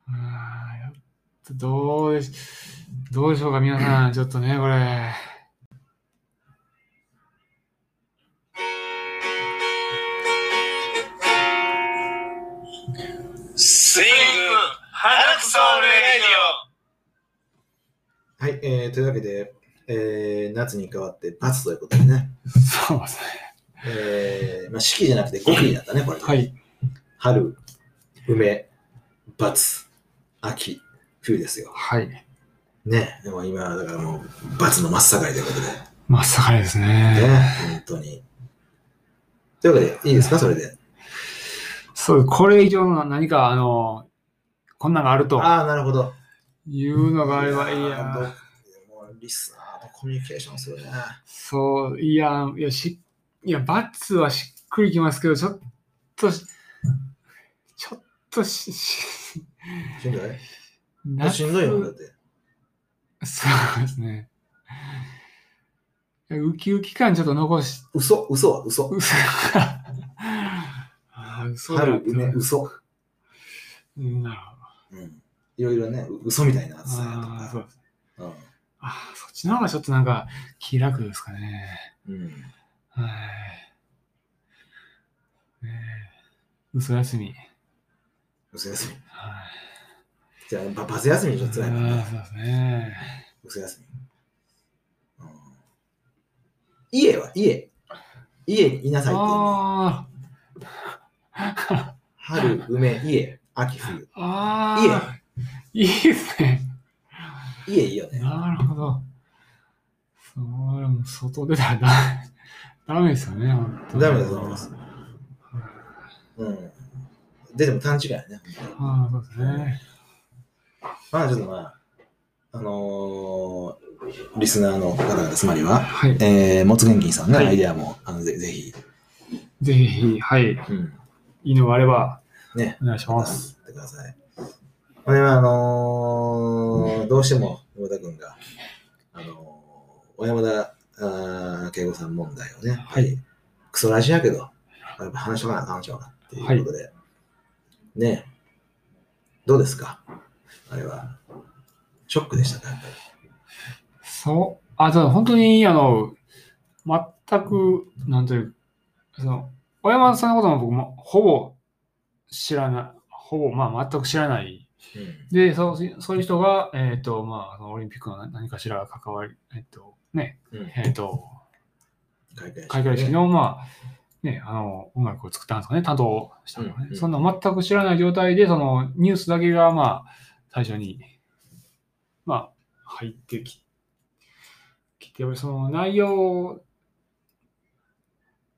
S2: うわーやっとどうでしどうでしょうか、皆さん、ちょっとね、これ。
S3: スイング花草レディオ
S1: はい、えーというわけで、えー夏に変わって罰ということでね。
S2: そうですね。
S1: えーまあ、四季じゃなくて五季だったね、これ。
S2: はい。
S1: 春、梅、罰、秋、冬ですよ。
S2: はい。
S1: ね。でも今、だからもう、罰の真っ盛りということで。
S2: まっさかですね。
S1: ね。本当に。というわけで、いいですかそれで。
S2: そう、これ以上の何か、あの、こんなんがあると
S1: ああ、なるほど。
S2: いうのがあればいい
S1: やーど
S2: や。
S1: もうリスナーとコミュニケーションするね。
S2: そう、いや、いや、し、いや、バツはしっくりきますけど、ちょっとし、ちょっとし、し
S1: しんどい
S2: 夏
S1: しんどいよ、だって。
S2: そうですね。ウキウキ感ちょっと残し、
S1: 嘘、嘘は嘘。
S2: 嘘が。ああ、嘘だ
S1: 春、
S2: と
S1: ね、嘘。
S2: うんなるほど。
S1: うん。いろいろね、う嘘みたいな暑さやと
S2: ああ、そう
S1: か。
S2: です
S1: うん
S2: ああ、そっちの方がちょっとなんか気楽ですかね。
S1: うん。
S2: はい。ねえ嘘休み。
S1: 嘘休み。
S2: は
S1: じゃあ、ばバズ休み
S2: い。
S1: ちょっと辛いもん
S2: ああ
S1: ね。嘘
S2: そうですね。
S1: 休み。うん家は家。家にいなさいって意味。
S2: あ
S1: 春、梅、家、秋、冬。
S2: あ、ああ、いいですね。
S1: 家いいよね。
S2: なるほど。それも外出たらダメダメですよね、本当に
S1: ダメだと思います。うん。で、でも短時間やね。本当に
S2: ああ、そうですね。
S1: まあ、ちょっとまあ、あのーリスナーの方々、つまりは、
S2: はい。
S1: えー、もつ元金さんの
S2: はい
S1: アイデアも、あのぜぜひ、
S2: ぜひ、はい。
S1: うん、
S2: いいのがあれば、
S1: ね、
S2: お願いし
S1: ま
S2: ま
S1: た
S2: す。
S1: ってください。これは、あのーどうしても、山田君が、あのー、小山田あー圭吾さん問題をね、
S2: はい
S1: やっぱりクソラジやけど、やっぱ話しとかなあかんちゃうなっていうことで、ねどうですかあれは、ショックでしたか、やっぱり。
S2: そう。あ、ただ本当に、あの、全く、なんというその、小山さんのことも僕も、ほぼ知らない、ほぼ、まあ、全く知らない。で、そうそういう人が、えっ、と、まああの、オリンピックの何かしら関わり、えっ、と、ね、
S1: うん。うん
S2: えっ、と、
S1: 開会式ね
S2: 開会式の、まあ、ね、あの、音楽を作ったんですかね、担当したのがね、
S1: うんうん
S2: そんな全く知らない状態で、そのニュースだけが、まあ、最初に、まあ、入ってききて、やっぱりその内容を、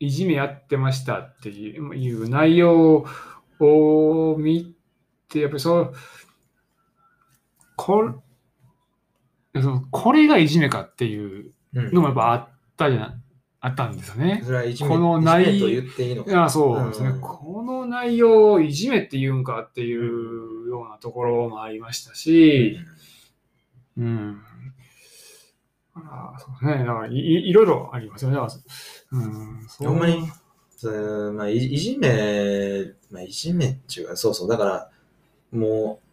S2: いじめやってましたっていういう内容を見て、やっぱりそう、これ、そのこれがいじめかっていう
S1: うん
S2: のもやっぱあったじゃなあったんですよね。
S1: それは一面
S2: この内
S1: 一面と言っていいの
S2: い
S1: かな
S2: や、そうですね、
S1: うん
S2: この内容をいじめって言うんかっていうようなところもありましたし、うん。だからそうですね、だからいいいろいろありますよね。だからうん、そう
S1: ほんまにそうまあ、いいじめ、まあ、いじめっていうか、そうそう、だから、もう、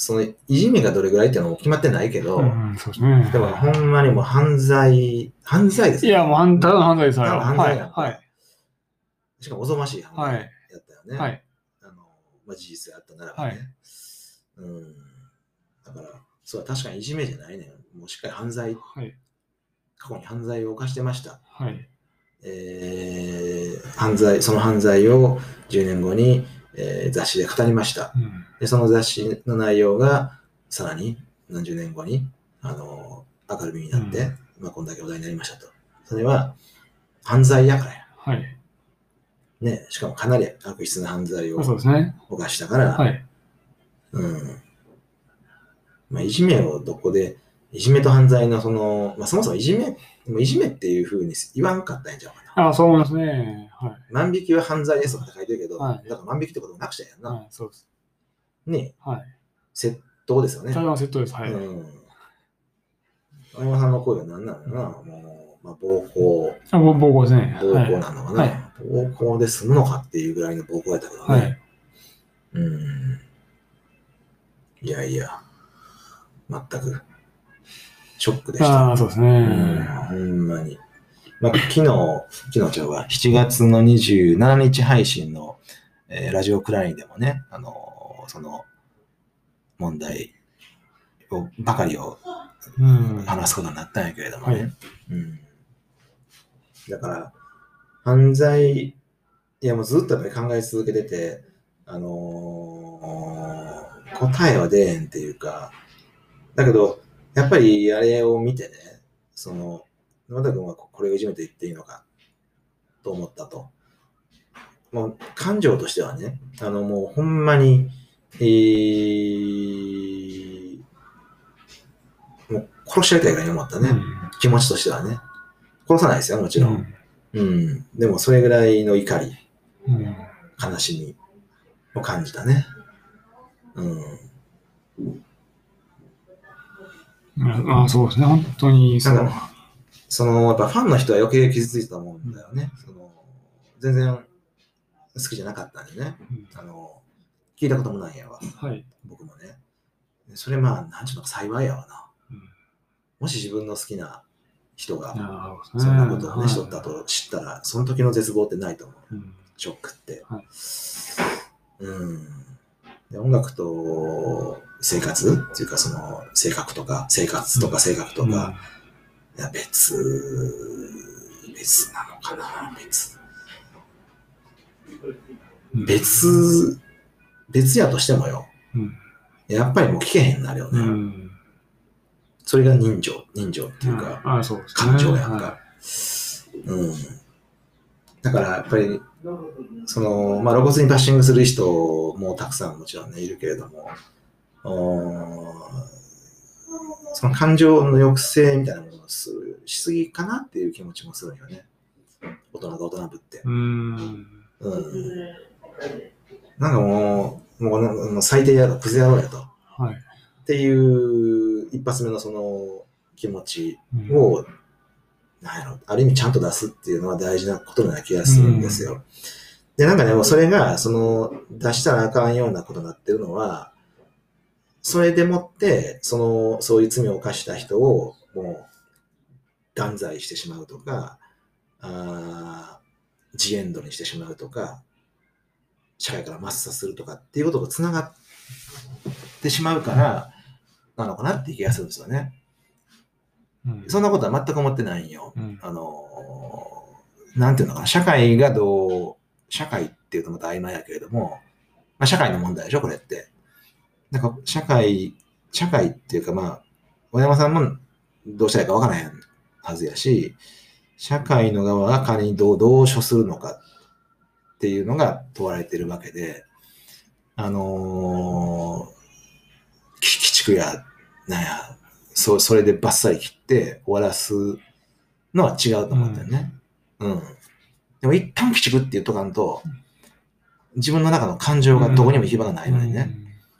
S1: その、いじめがどれぐらいっていうのも決まってないけど、
S2: うん、そうですね。
S1: でも、ほんまにもう犯罪、犯罪です
S2: い
S1: よ
S2: や、もう反対の犯罪ですよ。
S1: ただの犯
S2: は
S1: 罪
S2: い、
S1: なんで
S2: はい、
S1: しかも、おぞましい犯
S2: は
S1: 罪
S2: い、
S1: やったよね。
S2: はい。
S1: あのまあ、事実があったならばね。
S2: はい
S1: うん。だから、そう、確かにいじめじゃないねんもうしっかり犯罪、
S2: はい、
S1: 過去に犯罪を犯してました。
S2: はい、
S1: えー犯罪、その犯罪を10年後に、えー雑誌で語りました。
S2: うん、
S1: で、その雑誌の内容が、さらに何十年後に、あの、明るみになって、
S2: う
S1: まあ、こんだけお題になりましたと。それは、犯罪やからや。
S2: はい。
S1: ね、しかもかなり悪質な犯罪を
S2: そうですね。
S1: 犯したから、
S2: はい、
S1: うん。まあ、いじめをどこで、いじめと犯罪のその、まあ、そもそもいじめ、でもいじめっていうふうに言わんかったんじゃうかな。
S2: あそう思いますね。は
S1: 万引きは犯罪ですとかって書いてるけど、
S2: はい
S1: だから万引きってこともなくちゃやん
S2: い、
S1: な。
S2: はい、そうです。
S1: ね
S2: はい。
S1: 窃盗ですよね。
S2: 台湾セットです。はい。
S1: うん。青山さんの声は何なのかなもう、まあ、暴行、
S2: あ、ぼ暴行ですね。
S1: 暴
S2: はい
S1: 行なのかな、
S2: はい
S1: 暴行で済むのかっていうぐらいの暴行やったけどね。
S2: はい。
S1: うん。いやいや、全く、ショックでした。
S2: ああ、そうです
S1: うん
S2: ね。
S1: ほんまに。まあ、昨日、昨日ちゃうわ、7月の27日配信の、えーラジオクラインでもね、あのーその問題をばかりを
S2: うん。
S1: 話すことになったんやけれどもね。
S2: はい
S1: うん、だから、犯罪、いやもうずっとやっぱり考え続けてて、あのー答えは出えへんっていうか、だけど、やっぱりあれを見てね、その、沼田君はここれをいじめて言っていいのかと思ったと。もう感情としてはね、あのもうほんまに、えー、もう殺し合いたいぐらいに思ったね、気持ちとしてはね。殺さないですよ、もちろん。うん、でもそれぐらいの怒り、
S2: うんうん
S1: 悲しみを感じたね。うん。
S2: まあそうですね、本当にそう。
S1: なんその、やっぱファンの人は余計傷ついたと思うんだよね。その、全然好きじゃなかったんでね。
S2: うん
S1: あの、聞いたこともないやわ、
S2: はい。
S1: 僕もね。それまあ、なんちゅうのか幸いやわな。
S2: うん
S1: もし自分の好きな人が、
S2: なるほどね
S1: そんなことを
S2: はい
S1: ね、しとったと知ったら、その時の絶望ってないと思う。
S2: うん
S1: ショックって。
S2: はい
S1: うんで。音楽と生活っていうか、その性格とか、生活とか性格とか、いや別、別なのかな、別。
S2: うん
S1: 別、別やとしてもよ。
S2: うん
S1: やっぱりもう聞けへんなるよ
S2: う
S1: ね。
S2: ん
S1: それが人情、人情っていうか、
S2: ああそうですね
S1: 感情やん
S2: は
S1: か。うん。だからやっぱり、その、まあ、露骨にバッシングする人もたくさんもちろんね、いるけれども、おーその感情の抑制みたいなものをするしすぎかなっていう気持ちもするよね。大人と大人ぶって
S2: い。うん。
S1: うん。なんかもう、もうなんかもう最低やと、クズ野郎やと。
S2: はい
S1: っていう、一発目のその気持ち
S2: うん
S1: を、なんやろ、ある意味ちゃんと出すっていうのは大事なことな気がするんですよ。で、なんかね、もうそれが、その、出したらあかんようなことになってるのは、それでもって、その、そういう罪を犯した人を、もう、断罪してしまうとか、あージエンドにしてしまうとか、社会から抹殺するとかっていうこととつながってしまうから、なのかなって気がするんですよね。
S2: うん
S1: そんなことは全く思ってないんよ。
S2: うん
S1: あのーなんていうのかな、社会がどう、社会っていうとまた曖昧やけれども、まあ、社会の問題でしょ、これって。なんか、社会、社会っていうか、まあ、小山さんもどうしたらいいかわからへんはずやし、社会の側が仮にどう、どう処するのかっていうのが問われてるわけで、あのー、き鬼畜や、なんや、そう、それでバッサリ切って終わらすのは違うと思ったよね。うん。でも一旦鬼畜って言っとかんと、自分の中の感情がどこにも行き場がないのにね。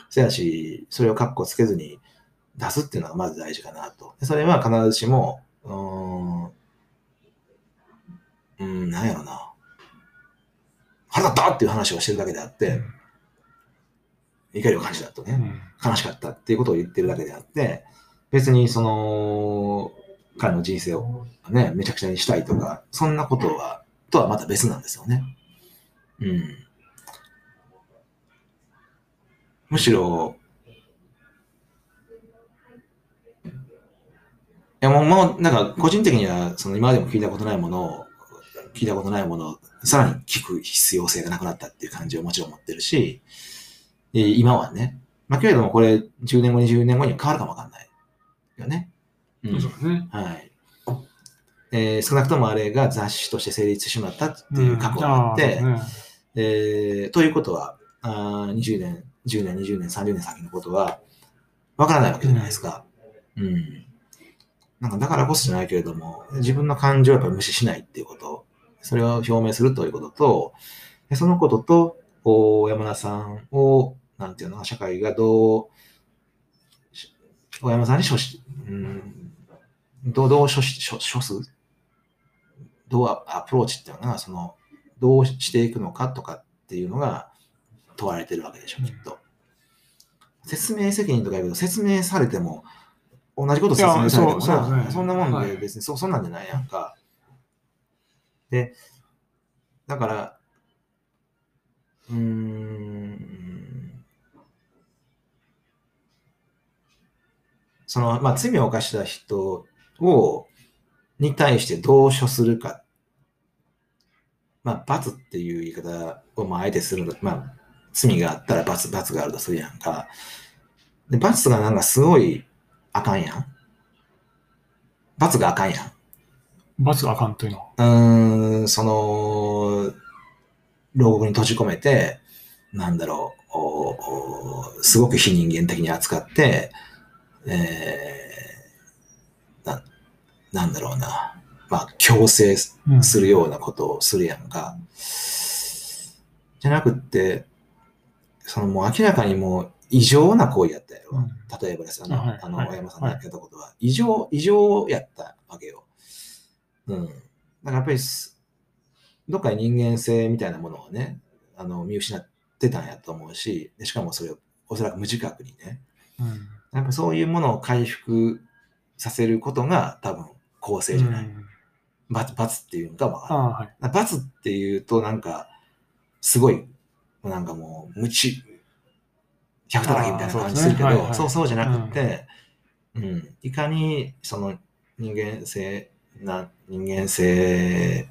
S1: せやし、それをカッコつけずに出すっていうのがまず大事かなと。でそれは必ずしも、うーん、うーん、なんやろな。腹立ったっていう話をしてるだけであって、怒りを感じたと
S2: う
S1: ね、
S2: ん
S1: 悲しかったっていうことを言ってるだけであって、別にその、彼の人生をね、めちゃくちゃにしたいとか、そんなことは、とはまた別なんですよね。うん。むしろ、いやもう、もうなんか個人的には、その今までも聞いたことないものを、聞いたことないものをさらに聞く必要性がなくなったっていう感じをもちろん持ってるし、えー今はね、まあけれどもこれ10年後、20年後には変わるかもわかんないよね。う
S2: そうですね。
S1: はい。えー少なくともあれが雑誌として成立してしまったっていう過去があって、
S2: うんああ
S1: えーということは、あー20年、10年、20年、30年先のことは、わからないわけじゃないですか。うん。なんか、だからこそじゃないけれども、自分の感情をやっぱり無視しないっていうこと、それを表明するということと、でそのことと、こう山田さんを、なんていうのかな、社会がどう、し小山さんに処し、うん、どう、どう処し、処処すどうアアプローチっていうのが、その、どうしていくのかとかっていうのが問われてるわけでしょ、きっと。説明責任とか言うけど、説明されても、同じこと説明されても
S2: いやそう
S1: な
S2: そうですね
S1: そんなもん
S2: は
S1: で
S2: い
S1: 別に、そうそんなんじゃないやんか。で、だから、うーん、その、まあ、罪を犯した人を、に対してどう処するか。まあ、罰っていう言い方をまああえてするの、まあ、罪があったら罰罰があるとするやんか。で、罰がなんかすごいあかんやん。罰があかんやん。
S2: 罰があかんというのは。
S1: うーん、その、牢獄に閉じ込めて、なんだろう、おおすごく非人間的に扱って、えー、な、なんだろうな、まあ、強制す
S2: うん
S1: するようなことをするやんか。じゃなくって、そのもう明らかにもう異常な行為やったやろ。
S2: うん
S1: 例えばです、あの、
S2: あはい
S1: あの、
S2: はい
S1: 青山さんがやってたことは、異常、異常やったわけよ。うん。だからやっぱりす、どっかに人間性みたいなものをね、あの、見失ってたんやと思うし、でしかもそれを、おそらく無自覚にね、
S2: うん
S1: やっぱそういうものを回復させることが多分、構成じゃない。
S2: うん
S1: 罰、罰っていうのが分かる
S2: ああ、はい。
S1: な罰っていうとなんかすごいなんかもう無知百叩きみたいな感じするけど
S2: あ
S1: そう,、
S2: ーそうですねはいはい
S1: そうじゃなくて、うんいかにその人間性な人間性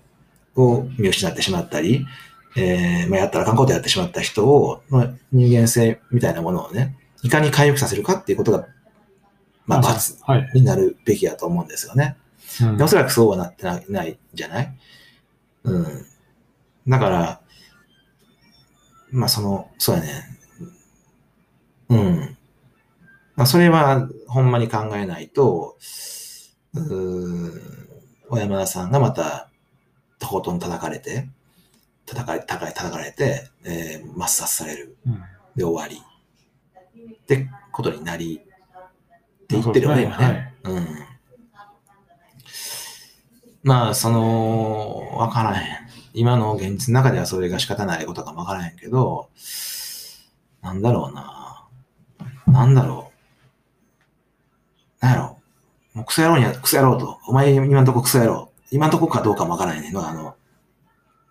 S1: を見失ってしまったり、えーまあ、やったらあかんことやってしまった人を、まあ、人間性みたいなものをねいかに回復させるかっていうことが、まあ、罰
S2: はい。はい。
S1: になるべきやと思うんですよね。
S2: うん
S1: でおそらくそうはなってないないんじゃないうん。だから、まあその、そうやね。うん。まあそれはほんまに考えないと、うーん、小山田さんがまた、とことん叩かれて、叩かれ、叩かれ、叩かれて、えー抹殺される。
S2: うん
S1: で終わり。ってことになり、って言ってるよね、
S2: そうで
S1: 今
S2: すね
S1: ね。うん。まあ、その、わからへん。今の現実の中ではそれが仕方ないことかもわからへんけど、なんだろうな。なんだろう。なんやろう。もうクソ野郎には、クソ野郎と。お前今んとこクソ野郎。今んとこかどうかもわからへんねんのが、あの、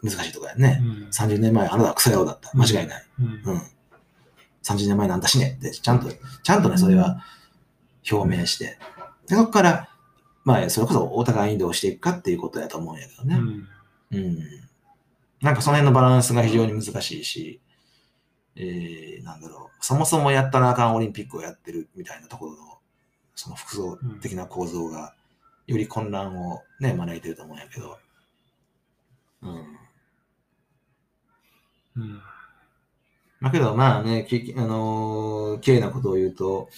S1: 難しいとこやね。
S2: うん
S1: 30年前あなたはクソ野郎だった。間違いない。
S2: うん
S1: うん。30年前なんだしねって、ちゃんと、ちゃんとね、それは表明して。で、そこから、まあ、それこそお互いにどうしていくかっていうことやと思うんやけど
S2: う
S1: ね。
S2: ん
S1: うん。なんかその辺のバランスが非常に難しいし、えー、なんだろう。そもそもやったらあかんオリンピックをやってるみたいなところの、その複層的な構造が、より混乱をね、招いてると思うんやけど。うん。
S2: うん
S1: まあけどまあね、ききあのー綺麗なことを言うと、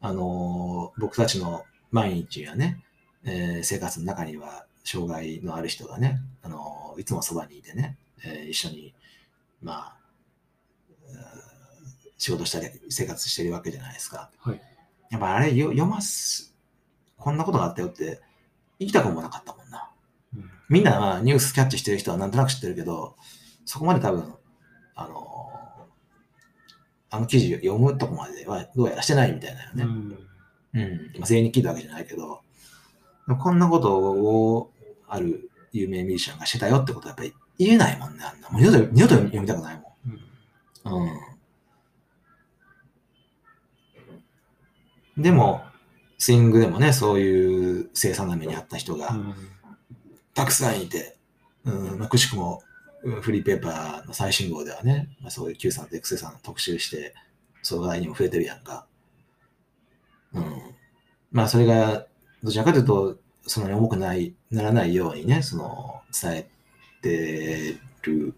S1: あのー僕たちの毎日やね、えー生活の中には障害のある人がね、あのーいつもそばにいてね、えー一緒に、まあ、うん仕事したり生活してるわけじゃないですか。
S2: はい
S1: やっぱあれよ読ます、こんなことがあったよって、生きたくもなかったもんな。
S2: うん
S1: みんなはニュースキャッチしてる人はなんとなく知ってるけど、そこまで多分、あのーあの記事を読むとこまではどうやらしてないみたいなよ
S2: う
S1: ね。
S2: ん
S1: うん。まあ、全員に聞いたわけじゃないけど、こんなことをある有名ミュージシャンがしてたよってことはやっぱり言えないもんね、あんな。もう二度と二度と読みたくないもん。うん。でも、スイングでもね、そういう凄惨な目にあった人が、たくさんいて、うんまあ、くしくもうんフリーペーパーの最新号ではね、まあ、そういう Q さんと X さんの特集して、その話題にも触れてるやんか。うん。まあ、それが、どちらかというと、そんなに重くない、ならないようにね、その、伝えてる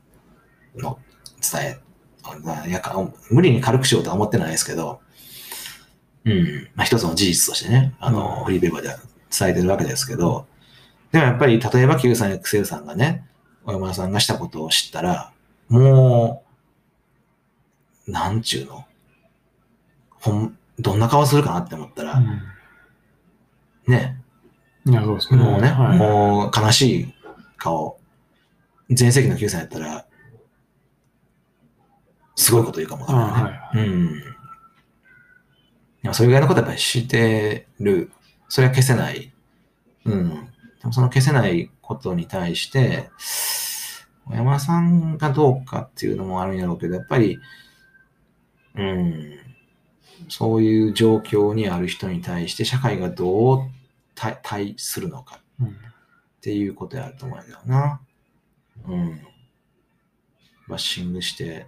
S1: の、伝え、あまあやか無理に軽くしようとは思ってないですけど、うん。まあ、一つの事実としてね、あの、フリーペーパーでは伝えてるわけですけど、でもやっぱり、例えば Q さん、XL さんがね、小山田さんがしたことを知ったら、もう、なんちゅうの、ほん、どんな顔するかなって思ったら、ね、
S2: うんいや、そうですね。
S1: もうね、
S2: はい
S1: もう悲しい顔、前世紀の Q さんやったら、すごいこと言うかもわからないね。
S2: あ
S1: うん。でもそれぐらいのことはやっぱりしてる。それは消せない。うん。でもその消せないことに対して、小山さんがどうかっていうのもあるんやろうけど、やっぱり、うん。そういう状況にある人に対して社会がどう対対するのか
S2: はいう
S1: っ
S2: ん
S1: ていうことやると思うんだよな。うん。バッシングして、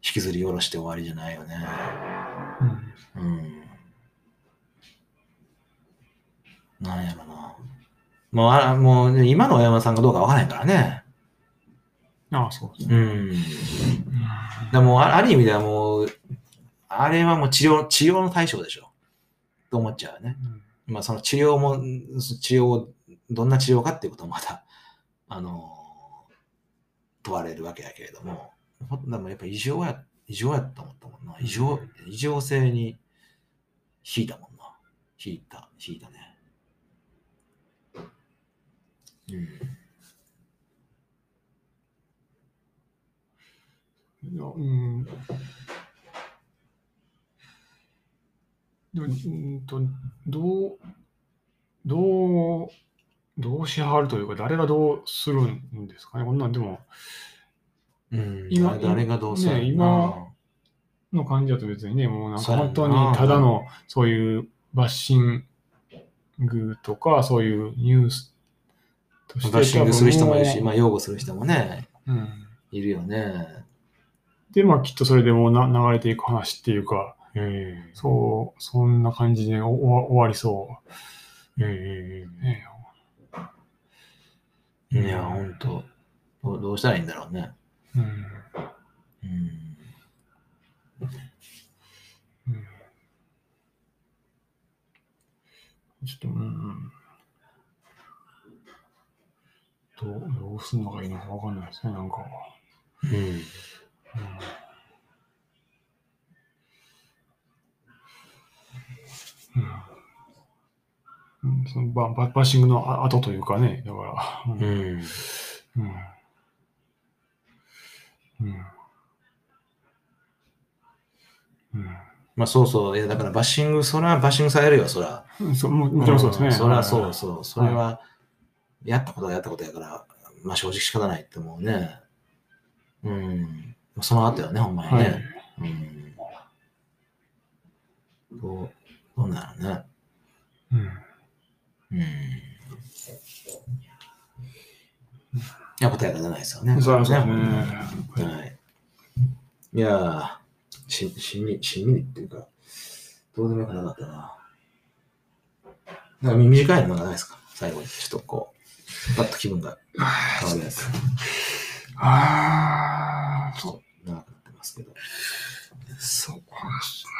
S1: きずり下ろして終わりじゃないよね。
S2: うん
S1: うん。なんやろな。もう、あもうね今の大山さんがどうかわからないからね。
S2: ああ、そうですね。
S1: うん。でもうあ、ある意味ではもう、あれはもう治療、治療の対象でしょ。と思っちゃうよね。
S2: うん
S1: まあ、その治療も、うん治療を、どんな治療かっていうこともまた、 [LAUGHS] あの問われるわけやけれども、ほんでもやっぱ異常や、異常やと思ったもんな。異常、異常性に引いたもんな。引いた、引いたね。うん。
S2: いやうんでも、うんと、どう、どう、どうしはるというか、誰がどうするんですかね。こんなんでも、
S1: うん、
S2: 今
S1: 今誰がどうする
S2: ね今の感じだと別にね、もうなん
S1: そう
S2: か
S1: やな
S2: 本当にただの、そういうバッシングとか、そういうニュースとして
S1: バッシングする人もいる
S2: 多
S1: し、
S2: 分
S1: まあ、擁護する人もね、
S2: うん
S1: いるよね。
S2: で、まあきっとそれでもうな流れていく話っていうか、
S1: うん
S2: そう、そんな感じでおお終わりそう。
S1: うんうんうん。
S2: ね
S1: いや、ほんと。どうどうしたらいいんだろうね。
S2: うん
S1: うん。
S2: うんちょっと、うん。どう、どうすんのがいいのかわかんないですね、なんか。
S1: うん。
S2: うん。うんそのバババッシングのあ後というかね、だから。うん
S1: うん。
S2: うん。うん。
S1: まあそうそう。いや、だからバッシング、そらバッシングされるよ、そら。
S2: うん。そももちろんそうですね。
S1: んそらそうそう。それは、やったことはやったことやから、まあ正直仕方ないって思うね。うん。その後よね、ほんまに
S2: はい。
S1: ね。うん。どう、どうなるね。
S2: うん。
S1: うん。いや、答えが出ないですよね。
S2: そうですね。はい
S1: はい。いやー、し、しみ、しみりっていうか、どうでもよくなかったな。なんかみ短いのがないですか最後に。ちょっとこう、パッと気分が変わるやつ。
S2: ああ、
S1: ちょっと長くなってますけど。
S2: そうです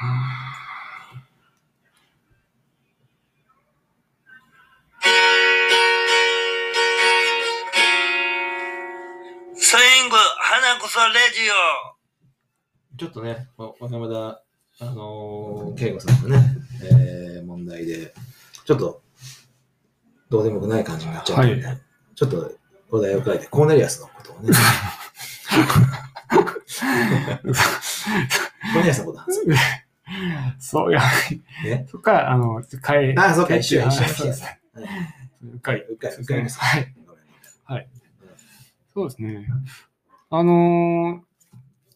S3: スイング花こそレジオ
S1: ちょっとね、お小山田、あのー、慶吾さんのね、えー、問題で、ちょっと、どうでもよくない感じになっちゃうんで、ちょっと、お題を変えて、コーネリアスのこと [LAUGHS] をね、コーネリアスのことなんですよ。
S2: ね。そうや。
S1: え
S2: そっから、あの、変え。
S1: あそうか一緒
S2: 変え
S1: 一緒
S2: そうですね。
S1: はいう
S2: っかり。
S1: うっかりうっかりです
S2: はい。
S1: ごめん
S2: そうですね。あのー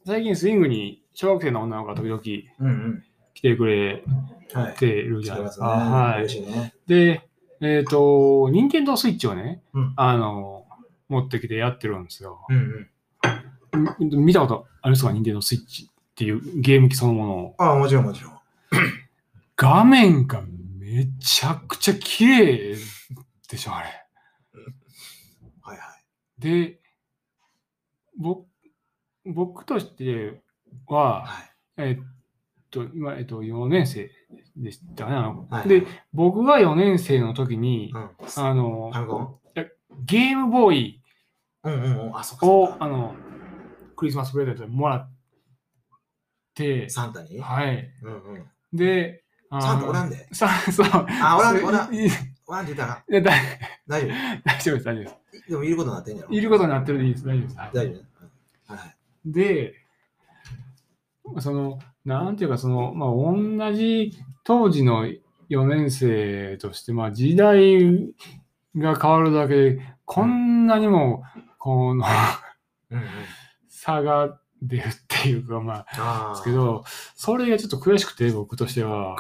S2: 最近スイングに小学生の女の子が時々来
S1: うん
S2: てくれ
S1: うん。はい。
S2: てるじゃ
S1: あり
S2: ないで
S1: ますす
S2: か。
S1: ね。
S2: はい。
S1: 嬉しいね。
S2: で、えっ、と、任天堂スイッチをね、
S1: うん
S2: あの、持ってきてやってるんですよ。
S1: うんうん。
S2: み見たことある人が任天堂スイッチっていうゲーム機そのものを。
S1: ああ、もちろんもちろん。
S2: 画面がめちゃくちゃ綺麗でしょ、あれ。
S1: はいは
S2: で、僕、僕としては、
S1: い。
S2: えっと、今、えっと、4年生でしたね。あの
S1: はい。
S2: で、、僕が4年生の時に
S1: う、ん。
S2: あの
S1: ファ、ミコン
S2: ゲームボーイ
S1: うんうんうん。あ、そっかそ
S2: を
S1: っ、か。
S2: あの、クリスマスプレゼントでもらって、
S1: サンタに
S2: はい。
S1: うんうん。
S2: で、あの
S1: サンタおらんで。
S2: さそう。
S1: あ、おらん、おらん。
S2: いいい
S1: おらんって言ったら、
S2: やだ
S1: 大丈夫。
S2: 大丈夫です、大丈夫です。
S1: でもいることになってんやろ。
S2: いることになってるでいいです、大丈夫です。はい
S1: 大丈夫ね。うんはい。
S2: で、その、なんていうか、その、まあ、同じ当時の4年生として、まあ、時代が変わるだけで、こんなにも、この [LAUGHS]
S1: うんうん。
S2: 差が出るっていうか、ま
S1: あ
S2: あ、ですけど、それがちょっと悔しくて、僕としては。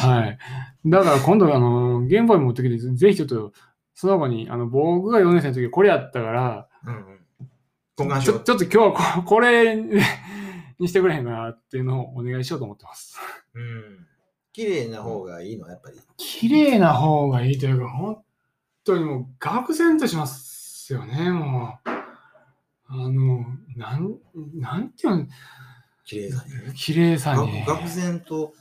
S1: あ。
S2: はい。だから今度、あの、ゲームボーイ持ってきて、ぜひちょっと、その子に、あの、僕が4年生の時これやったから、
S1: うんうん。交換し
S2: ち
S1: よ
S2: ょ
S1: う。
S2: ちょっと今日はここれにしてくれへんかなっていうのをお願いしようと思ってます。
S1: うん。綺麗な方がいいの、やっぱり。
S2: 綺麗な方がいいというか、本当にもう、愕然としますよね、もう。あの、なん、なんていうの、
S1: 綺麗さに。
S2: 綺麗さ
S1: が
S2: に。
S1: 愕然と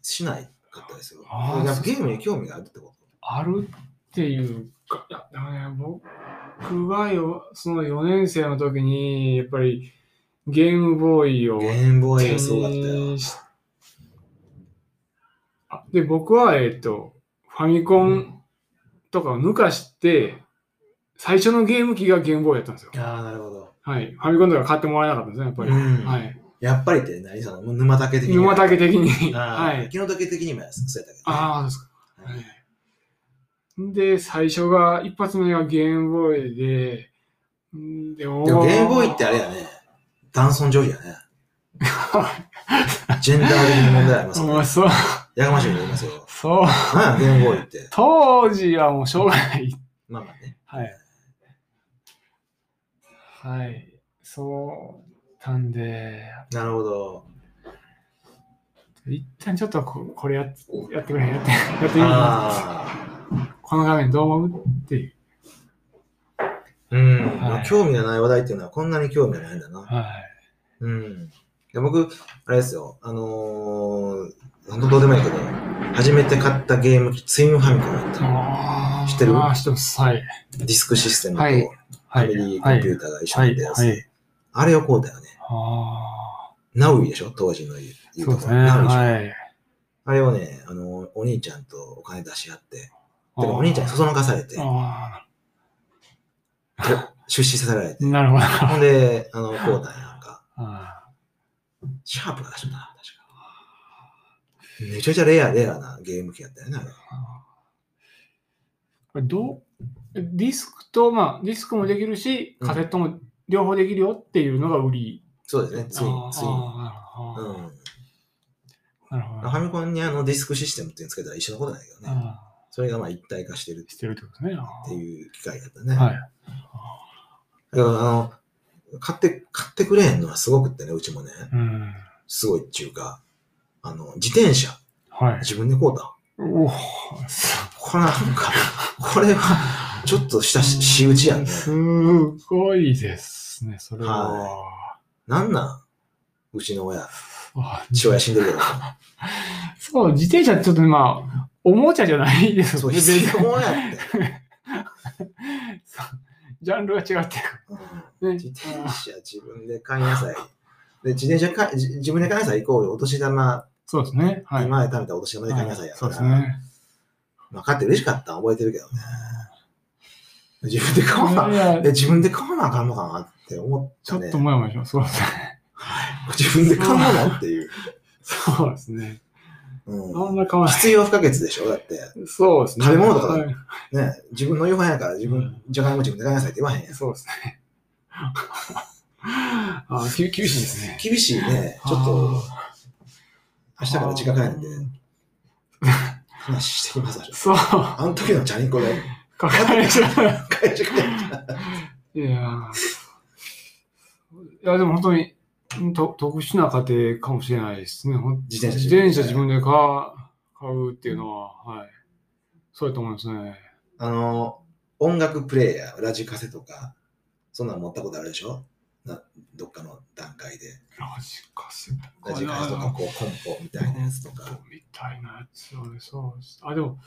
S1: しないかったですよ。
S2: あー
S1: やっぱゲームに興味があるってこと。
S2: あるっていうか、いや、だからね、僕はよ、その4年生の時に、やっぱり、ゲームボーイを
S1: ゲームボーイがすごかったよ。
S2: で、僕は、えっ、と、ファミコンとかを抜かして、最初のゲーム機がゲームボーイだったんですよ。
S1: ああ、なるほど。
S2: はい。ファミコンとか買ってもらえなかったんですね、やっぱり。
S1: うん
S2: はい。
S1: やっぱりって何その沼竹的に。
S2: 沼竹的に。
S1: あ
S2: は
S1: あ。
S2: い。
S1: 昨日竹的にもそうやったけどね。
S2: ああ、そうですか。
S1: は
S2: はいい。で、最初が、一発目がゲームボーイで、んで、でも
S1: でもゲームボーイってあれやね。男尊女卑や
S2: [LAUGHS]
S1: ね。ジェンダー的に問題ありますよ
S2: もう
S1: ね。
S2: そう、
S1: やかましいこと言いますよ。
S2: そう。
S1: なんや、ゲームボーイって。
S2: 当時はもうしょうがない
S1: まあまあね。
S2: はい。はい。そう、なんで、
S1: なるほど。
S2: 一旦ちょっとここれやっやってくれ、 [LAUGHS] やって、やってみようか
S1: ああ。
S2: この画面どう思うっていう。
S1: うん。
S2: はい
S1: まあ興味がない話題っていうのはこんなに興味がないんだな。
S2: はい。
S1: うん。で僕、あれですよ、あのー、本当どうでもいいけど、初めて買ったゲーム機、ツインファミコンだっ
S2: あー
S1: 知ってる
S2: あー、知ってます。はい。
S1: た。ディスクシステムと
S2: はい
S1: ファ
S2: は
S1: ミ
S2: い。
S1: リーコ
S2: は
S1: ンピ
S2: い。
S1: ューターが一緒
S2: は
S1: に
S2: い。
S1: 出や
S2: は
S1: つ。
S2: い。
S1: あれをこうだよね。
S2: あ
S1: ナウイでしょ当時の言うと
S2: あ、そ
S1: こ
S2: うで
S1: ろ
S2: すね。
S1: ナウイでしょ
S2: はい。
S1: あれをね、あのー、お兄ちゃんとお金出し合って、てかお兄ちゃんに
S2: あ
S1: そそのかされて、
S2: あ
S1: 出資させられて
S2: ー、。なるほど。
S1: ほんで、あの、こうだんやんか。
S2: あ
S1: シャープが出しとったな、確か。めちゃめちゃレア、レアなゲーム機やったよね、あれ。
S2: ーこれどうディスクと、まあ、ディスクもできるし、カセットも両方できるよっていうのが売り。
S1: そうですね、ツイ
S2: あ
S1: ン、
S2: ー
S1: ツイン。
S2: あ
S1: うん。
S2: ーなるほど。なるほど
S1: ファミコンにあのディスクシステムっていうのつけたら一緒のことなんだけどね。
S2: あ
S1: それがまあ一体化してる
S2: ーしてるってことですね。
S1: っていう機械だったね。
S2: はい。
S1: だからあの、買って、買ってくれへんのはすごくってね、うちもね。
S2: うん。
S1: すごいっていうか、あの、自転車、
S2: はい。
S1: 自分で買うた。
S2: おお。
S1: これなんか、これは、ちょっとしたし仕打ちやね。
S2: すごいですね、それは。
S1: なんなんうちの親。
S2: あ
S1: 父親死んでるけど。
S2: そう、自転車ってちょっとまあ、おもちゃじゃないです [LAUGHS]
S1: そ
S2: も
S1: う、
S2: んね、
S1: 必
S2: 全
S1: 要
S2: 然
S1: もんやって。
S2: そうジャンルが違うっていう
S1: うん
S2: ね
S1: 自転車自分で買いなさい。で、自転車かじ自分で買いなさいイコールお年玉、
S2: そうですね。はい。
S1: 今まで食べたお年玉で買いなさいや
S2: は
S1: か
S2: そ
S1: ら
S2: うですね。
S1: まあ、買って嬉しかったの覚えてるけどね。自分で買わな、
S2: いやい
S1: え
S2: や
S1: 自分で買わなあかんのかなって思っ
S2: ちょ
S1: た
S2: っ
S1: ね
S2: と。もやもやします。そうですね。
S1: 自分で買うものっていう。
S2: そうですね。あ
S1: うんん、
S2: ま変わら
S1: 必要不可欠でしょだって。
S2: ない。そうですね。
S1: 食べ物とかだ
S2: はい
S1: ね、自分の夕飯やから自
S2: う
S1: 分
S2: ん、
S1: じゃがいも自分で買いなさいって言わへんやん。
S2: そうです
S1: [LAUGHS]
S2: ね。あー、き厳しいですね。
S1: 厳しいね。ちょっと、明日から時間かないんで、話してきます。 [LAUGHS]
S2: そう。
S1: あの時のチャリンコで、
S2: かかりちゃ
S1: 会社から
S2: う。いやー。いや、でも本当に、んと特殊な家庭かもしれないですね。ほん
S1: 自転車
S2: 自転車自分で買う買うっていうのは、はい。そうやと思いますね。
S1: あの、音楽プレイヤー、ラジカセとか、そんなん持ったことあるでしょなどっかの段階で。
S2: ラジカセ
S1: ラジカセとか、こう、コンポみたいなやつとか。
S2: みたいなやつをね、そうです。あ、でも、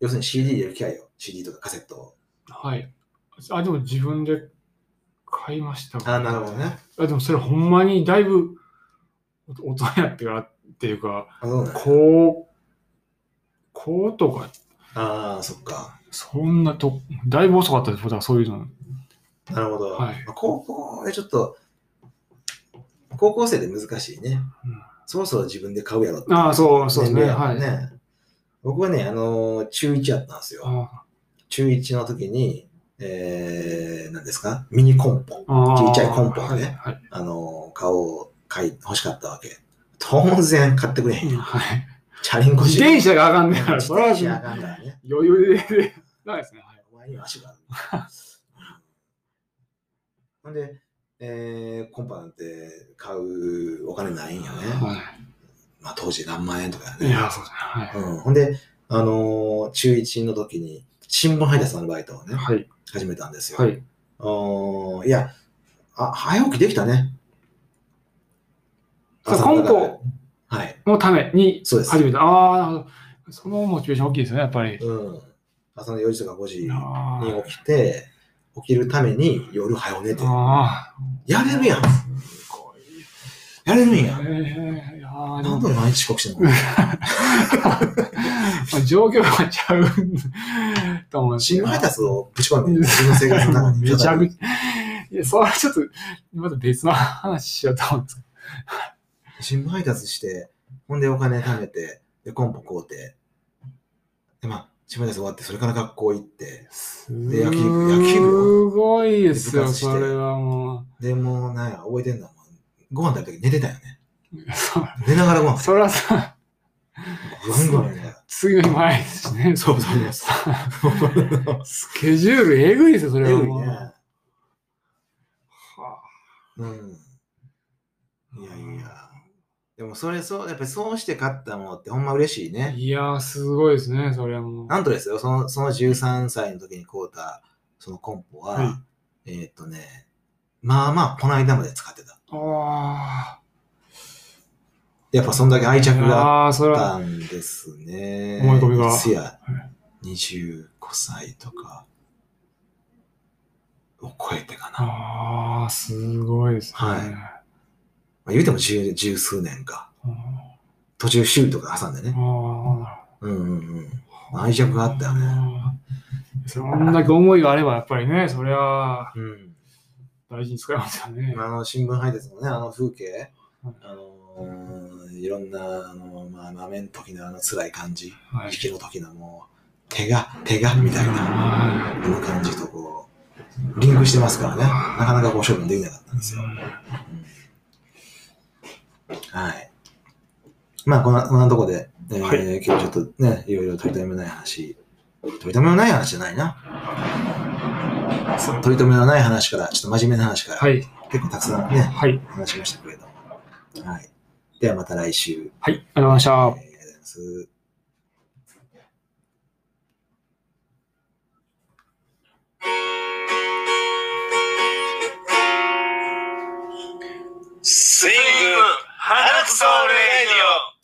S1: 要するに CD 入れる機械よ。CD とかカセットを。
S2: はい。あ、でも自分で買いました
S1: あ、なるほどね。
S2: あ、でもそれほんまにだいぶお大人やってからっていうか、
S1: あ、そうなんだ
S2: こう、こうとか、
S1: あーそっか。
S2: そんなと、だいぶ遅かったです、僕はそういうの。
S1: なるほど。
S2: はい
S1: まあ高校でちょっと、高校生で難しいね。
S2: うん
S1: そろそろ自分で買うやろって
S2: ああ、そう、そうですね。
S1: 年齢や
S2: は
S1: もん
S2: い。
S1: 僕はね、あのー中1やったんですよ。
S2: あ
S1: 中1の時に、えー、何ですかミニコンポ。
S2: あ
S1: ちっちゃいコンポをね
S2: はい。
S1: あの、顔を買い、欲しかったわけ。当然買ってくれへん
S2: はい
S1: よ。
S2: はい
S1: チャリンコ
S2: 自転
S1: 車
S2: 車が上がんねえから、
S1: 自
S2: それは
S1: 転
S2: 余
S1: 車あかんからね。
S2: 裕で、ないですね。はい
S1: お前には足がある。ほんで、えーコンパなんて買うお金ないんやね。
S2: は
S1: まあ当時何万円とか
S2: い。
S1: やね。
S2: いや、そうですね。は
S1: うん、ほんで、あのー中1の時に新聞配達のバイトをね
S2: い。、はい。
S1: 始めたんですよ。
S2: はい。
S1: おーいや、あ、早起きできたね。
S2: そう
S1: 朝の中で
S2: コン
S1: はい。
S2: のために
S1: そうです
S2: 始。めた。ああ、なるほど。そのモチベーション大きいですよね、やっぱり。
S1: うん。朝の4時とか5時に
S2: あー
S1: 起きて、起きるために夜早寝て。
S2: あ
S1: やれるやん。
S2: ー。すごい。
S1: やれるん
S2: え
S1: や。
S2: ー、いやーで
S1: 何度
S2: も
S1: 毎日遅刻してんの
S2: 状況がちゃうと思うんです
S1: 新
S2: け
S1: 聞
S2: ど
S1: 配達をぶち込んで、自分の生活の中に。
S2: [LAUGHS] めちゃ
S1: ただ
S2: くちゃ。いや、それはちょっと、また別の話しようと思うんですけ
S1: 新聞配達して、ほんでお金貯めて、で、コンポ買うて、で、まあ、新聞配達終わって、それから学校行って、
S2: ど。
S1: で野球部野球部
S2: すごいですよ、
S1: 部活して
S2: それはも
S1: で、もう、なんや、覚えてんだもん。ご飯食べた時寝てたよね。
S2: う。そ
S1: 寝ながらご飯食
S2: それはさ、
S1: べてた。ご飯食べてた
S2: 次の日も早いですね。
S1: そうそうそ [LAUGHS]
S2: スケジュールえぐいですよ、それ
S1: え
S2: は
S1: ぐい
S2: もう。
S1: ね。
S2: は
S1: うん。いやいや。でも、それ、そう、やっぱりそうして勝ったものってほんま嬉しい
S2: あ
S1: ね。
S2: いやー、すごいですね、それはもう。
S1: なんとですよ、そのその13歳の時に買うた、そのコンポは、
S2: は
S1: えーっとね、まあまあ、この間まで使ってた。
S2: あ
S1: やっぱそんだけ愛
S2: あ。
S1: 着があ
S2: ああー、それ
S1: っ
S2: は。
S1: たんですね。
S2: 思い込みが
S1: いつや、25歳とかを超えてかな。
S2: ああ、すごいですね。
S1: はいまあ、言うても十十数年か。
S2: あ
S1: 途中週とか挟んで
S2: ー
S1: ね。
S2: あ
S1: うんうんうん。愛着があったよね。
S2: ー。そんだけ思いがあれば、やっぱりね、それは
S1: うん。
S2: 大事に使えますよね。
S1: あの新聞配達のね、あの風景
S2: はい、
S1: あのーいろんな、あのーまあ、豆の時のあの辛い感じ、
S2: はい
S1: 時期の時のもう、手が、手が、みたいな、
S2: は
S1: この感じとこう、リンクしてますからね、なかなかこう処分できなかったんですよ。はい。まあ、こんな、こんなとこで、えー
S2: は
S1: 今日ちょっとね、いろいろ取り留めない話、取り留めのない話じゃないな。そう取り留めのない話から、ちょっと真面目な話から、
S2: い。はい。
S1: 結構たくさんね、
S2: はい。
S1: 話しましたけれども。はい。ではまた来週。
S2: はい。ありがとうございまし
S1: えーありが。と
S2: た
S1: うございます。
S3: スイング花草レディオ